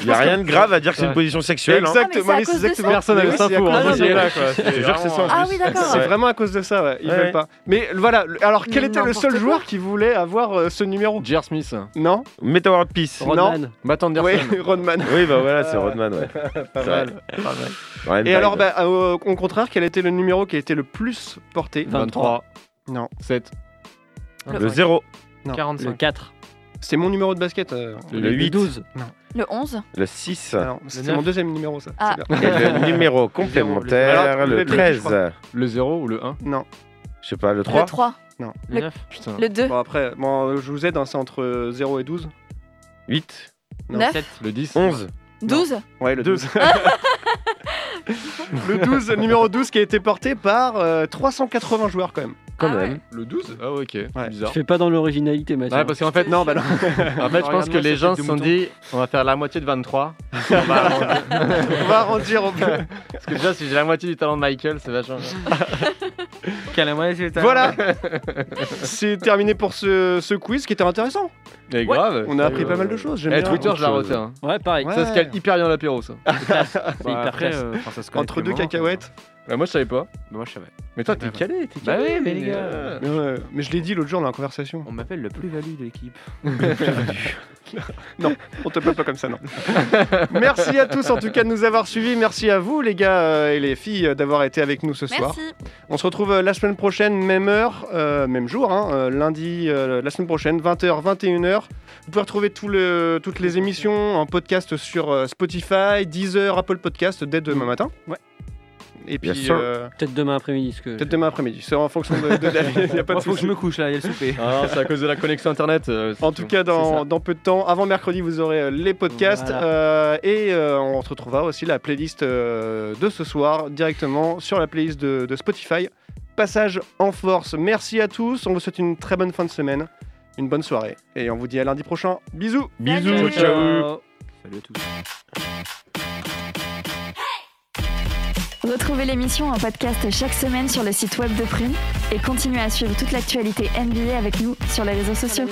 [SPEAKER 3] Il y a rien de grave à dire que c'est une
[SPEAKER 5] Ouais.
[SPEAKER 3] position sexuelle. hein.
[SPEAKER 1] Ah, mais c'est à
[SPEAKER 2] oui,
[SPEAKER 1] cause de ça.
[SPEAKER 5] Personne
[SPEAKER 2] Mais
[SPEAKER 5] avait
[SPEAKER 2] oui,
[SPEAKER 5] cette
[SPEAKER 2] c'est à
[SPEAKER 5] info,
[SPEAKER 2] cause
[SPEAKER 5] hein,
[SPEAKER 2] de
[SPEAKER 5] moi,
[SPEAKER 2] ça.
[SPEAKER 5] j'ai-
[SPEAKER 4] Ah,
[SPEAKER 3] Je te jure que c'est ça. en
[SPEAKER 1] Ah
[SPEAKER 3] plus.
[SPEAKER 1] oui, d'accord.
[SPEAKER 2] C'est
[SPEAKER 3] Ouais.
[SPEAKER 2] vraiment à cause de ça, ouais. ils
[SPEAKER 3] Ouais.
[SPEAKER 2] veulent pas. Mais voilà, le- alors quel
[SPEAKER 1] Mais
[SPEAKER 2] était le seul
[SPEAKER 1] n'importe
[SPEAKER 2] joueur qui voulait avoir euh, ce numéro
[SPEAKER 5] Jer Smith.
[SPEAKER 2] Non
[SPEAKER 3] Mets ta World Peace.
[SPEAKER 6] Rodman.
[SPEAKER 5] Matt Anderson.
[SPEAKER 2] Oui, Rodman.
[SPEAKER 3] Oui, bah voilà, c'est Rodman, ouais.
[SPEAKER 2] Pas
[SPEAKER 3] C'est vrai.
[SPEAKER 2] mal.
[SPEAKER 3] Ouais,
[SPEAKER 2] Et
[SPEAKER 3] Biden.
[SPEAKER 2] alors, bah, euh, au contraire, quel était le numéro qui a été le plus porté
[SPEAKER 5] 23.
[SPEAKER 2] Non.
[SPEAKER 5] 7.
[SPEAKER 3] le 0,
[SPEAKER 2] Non.
[SPEAKER 6] Le
[SPEAKER 4] 45.
[SPEAKER 6] 4.
[SPEAKER 2] C'est mon numéro de basket. euh,
[SPEAKER 3] le 8,
[SPEAKER 6] 12.
[SPEAKER 1] Le 11.
[SPEAKER 3] Ah. le 6,
[SPEAKER 2] alors, C'était
[SPEAKER 4] neuf.
[SPEAKER 2] mon deuxième numéro, ça.
[SPEAKER 1] Ah.
[SPEAKER 2] C'est bien.
[SPEAKER 3] et le numéro complémentaire,
[SPEAKER 2] Alors,
[SPEAKER 3] le
[SPEAKER 2] le
[SPEAKER 3] 13,
[SPEAKER 5] Le 0 ou le 1
[SPEAKER 2] Non.
[SPEAKER 3] je sais pas, le 3,
[SPEAKER 1] Le 3.
[SPEAKER 4] Le 9.
[SPEAKER 5] Putain.
[SPEAKER 1] Le 2.
[SPEAKER 2] Bon, après, bon, je vous aide, hein, c'est entre euh, 0 et 12.
[SPEAKER 3] 8,
[SPEAKER 2] Non.
[SPEAKER 1] 9.
[SPEAKER 4] 7.
[SPEAKER 5] Le 10.
[SPEAKER 3] 11.
[SPEAKER 1] 12.
[SPEAKER 2] Ouais, le 12. le 12, numéro 12 qui a été porté par euh, 380 joueurs quand même.
[SPEAKER 3] Quand
[SPEAKER 1] Ah ouais.
[SPEAKER 3] même.
[SPEAKER 5] Le 12 Ah, ok.
[SPEAKER 6] Tu
[SPEAKER 5] Bizarre.
[SPEAKER 6] fais pas dans l'originalité, Mathieu.
[SPEAKER 5] Ouais, parce qu'en fait,
[SPEAKER 2] Non, bah non.
[SPEAKER 5] en fait, je pense que
[SPEAKER 4] Regarde-moi
[SPEAKER 5] les
[SPEAKER 4] cette
[SPEAKER 5] gens
[SPEAKER 4] tête
[SPEAKER 5] se
[SPEAKER 4] de
[SPEAKER 5] sont
[SPEAKER 4] mouton.
[SPEAKER 5] dit on va faire la moitié de 23. On va-
[SPEAKER 2] On va arrondir au plus.
[SPEAKER 5] Parce que déjà, si j'ai la moitié du talent de Michael, c'est vachement.
[SPEAKER 4] Calme-moi, c'est ta-
[SPEAKER 2] Voilà C'est terminé pour ce, ce quiz qui était intéressant.
[SPEAKER 5] Mais grave.
[SPEAKER 2] On a appris pas mal de choses. j'aime
[SPEAKER 5] Eh,
[SPEAKER 2] bien.
[SPEAKER 5] Twitter, je la
[SPEAKER 3] Autre chose.
[SPEAKER 5] retiens.
[SPEAKER 6] Ouais, pareil.
[SPEAKER 2] Ouais. Ah.
[SPEAKER 5] Ça se cale hyper bien à l'apéro, ça.
[SPEAKER 4] Bah,
[SPEAKER 6] hyper
[SPEAKER 4] après,
[SPEAKER 6] classe.
[SPEAKER 4] euh, enfin, ça se connecte
[SPEAKER 2] Entre deux
[SPEAKER 4] le moment,
[SPEAKER 2] cacahuètes.
[SPEAKER 5] Bah, moi, je savais pas.
[SPEAKER 4] quoi. Bah, moi, je savais.
[SPEAKER 5] Mais toi,
[SPEAKER 2] Ah,
[SPEAKER 4] Ouais,
[SPEAKER 5] t'es
[SPEAKER 4] bah.
[SPEAKER 5] calé, t'es
[SPEAKER 4] Bah
[SPEAKER 5] calé.
[SPEAKER 4] oui, mais les gars.
[SPEAKER 5] euh.
[SPEAKER 2] Mais, ouais, mais je l'ai dit l'autre jour dans la conversation.
[SPEAKER 4] On m'appelle le plus valide de l'équipe.
[SPEAKER 2] On te peut pas comme ça, non. Merci à tous en tout cas de nous avoir suivis. Merci à vous les gars euh, et les filles euh, d'avoir été avec nous ce soir.
[SPEAKER 1] Merci.
[SPEAKER 2] On se retrouve euh, la semaine prochaine, même heure, euh, même jour, hein, euh, lundi, euh, la semaine prochaine, 20h, 21h. Vous pouvez retrouver tout le- toutes les émissions en podcast sur euh, Spotify, Deezer, Apple Podcast dès demain matin. Mm. Ouais. Et puis
[SPEAKER 3] Yes, sir.
[SPEAKER 2] euh,
[SPEAKER 6] Peut-être demain après-midi. parce que
[SPEAKER 2] peut-être demain après-midi. C'est en fonction de, de la Il n'y a pas de
[SPEAKER 4] Moi, faut que
[SPEAKER 2] souci.
[SPEAKER 4] je me couche là, il y a le souper.
[SPEAKER 5] Ah, c'est à cause de la connexion internet. euh, c'est
[SPEAKER 2] En tout cas,
[SPEAKER 5] C'est
[SPEAKER 2] dans,
[SPEAKER 5] ça.
[SPEAKER 2] dans peu de temps, avant mercredi, vous aurez euh, les podcasts.
[SPEAKER 6] Voilà.
[SPEAKER 2] euh, et euh, on se retrouvera aussi la playlist euh, de ce soir directement sur la playlist de, de Spotify. Passage en force. Merci à tous. On vous souhaite une très bonne fin de semaine. une bonne soirée. Et on vous dit à lundi prochain. Bisous
[SPEAKER 3] Bisous, ciao.
[SPEAKER 4] Salut à tous.
[SPEAKER 1] Retrouvez l'émission en podcast chaque semaine sur le site web de Prune et continuez à suivre toute l'actualité NBA avec nous sur les réseaux sociaux.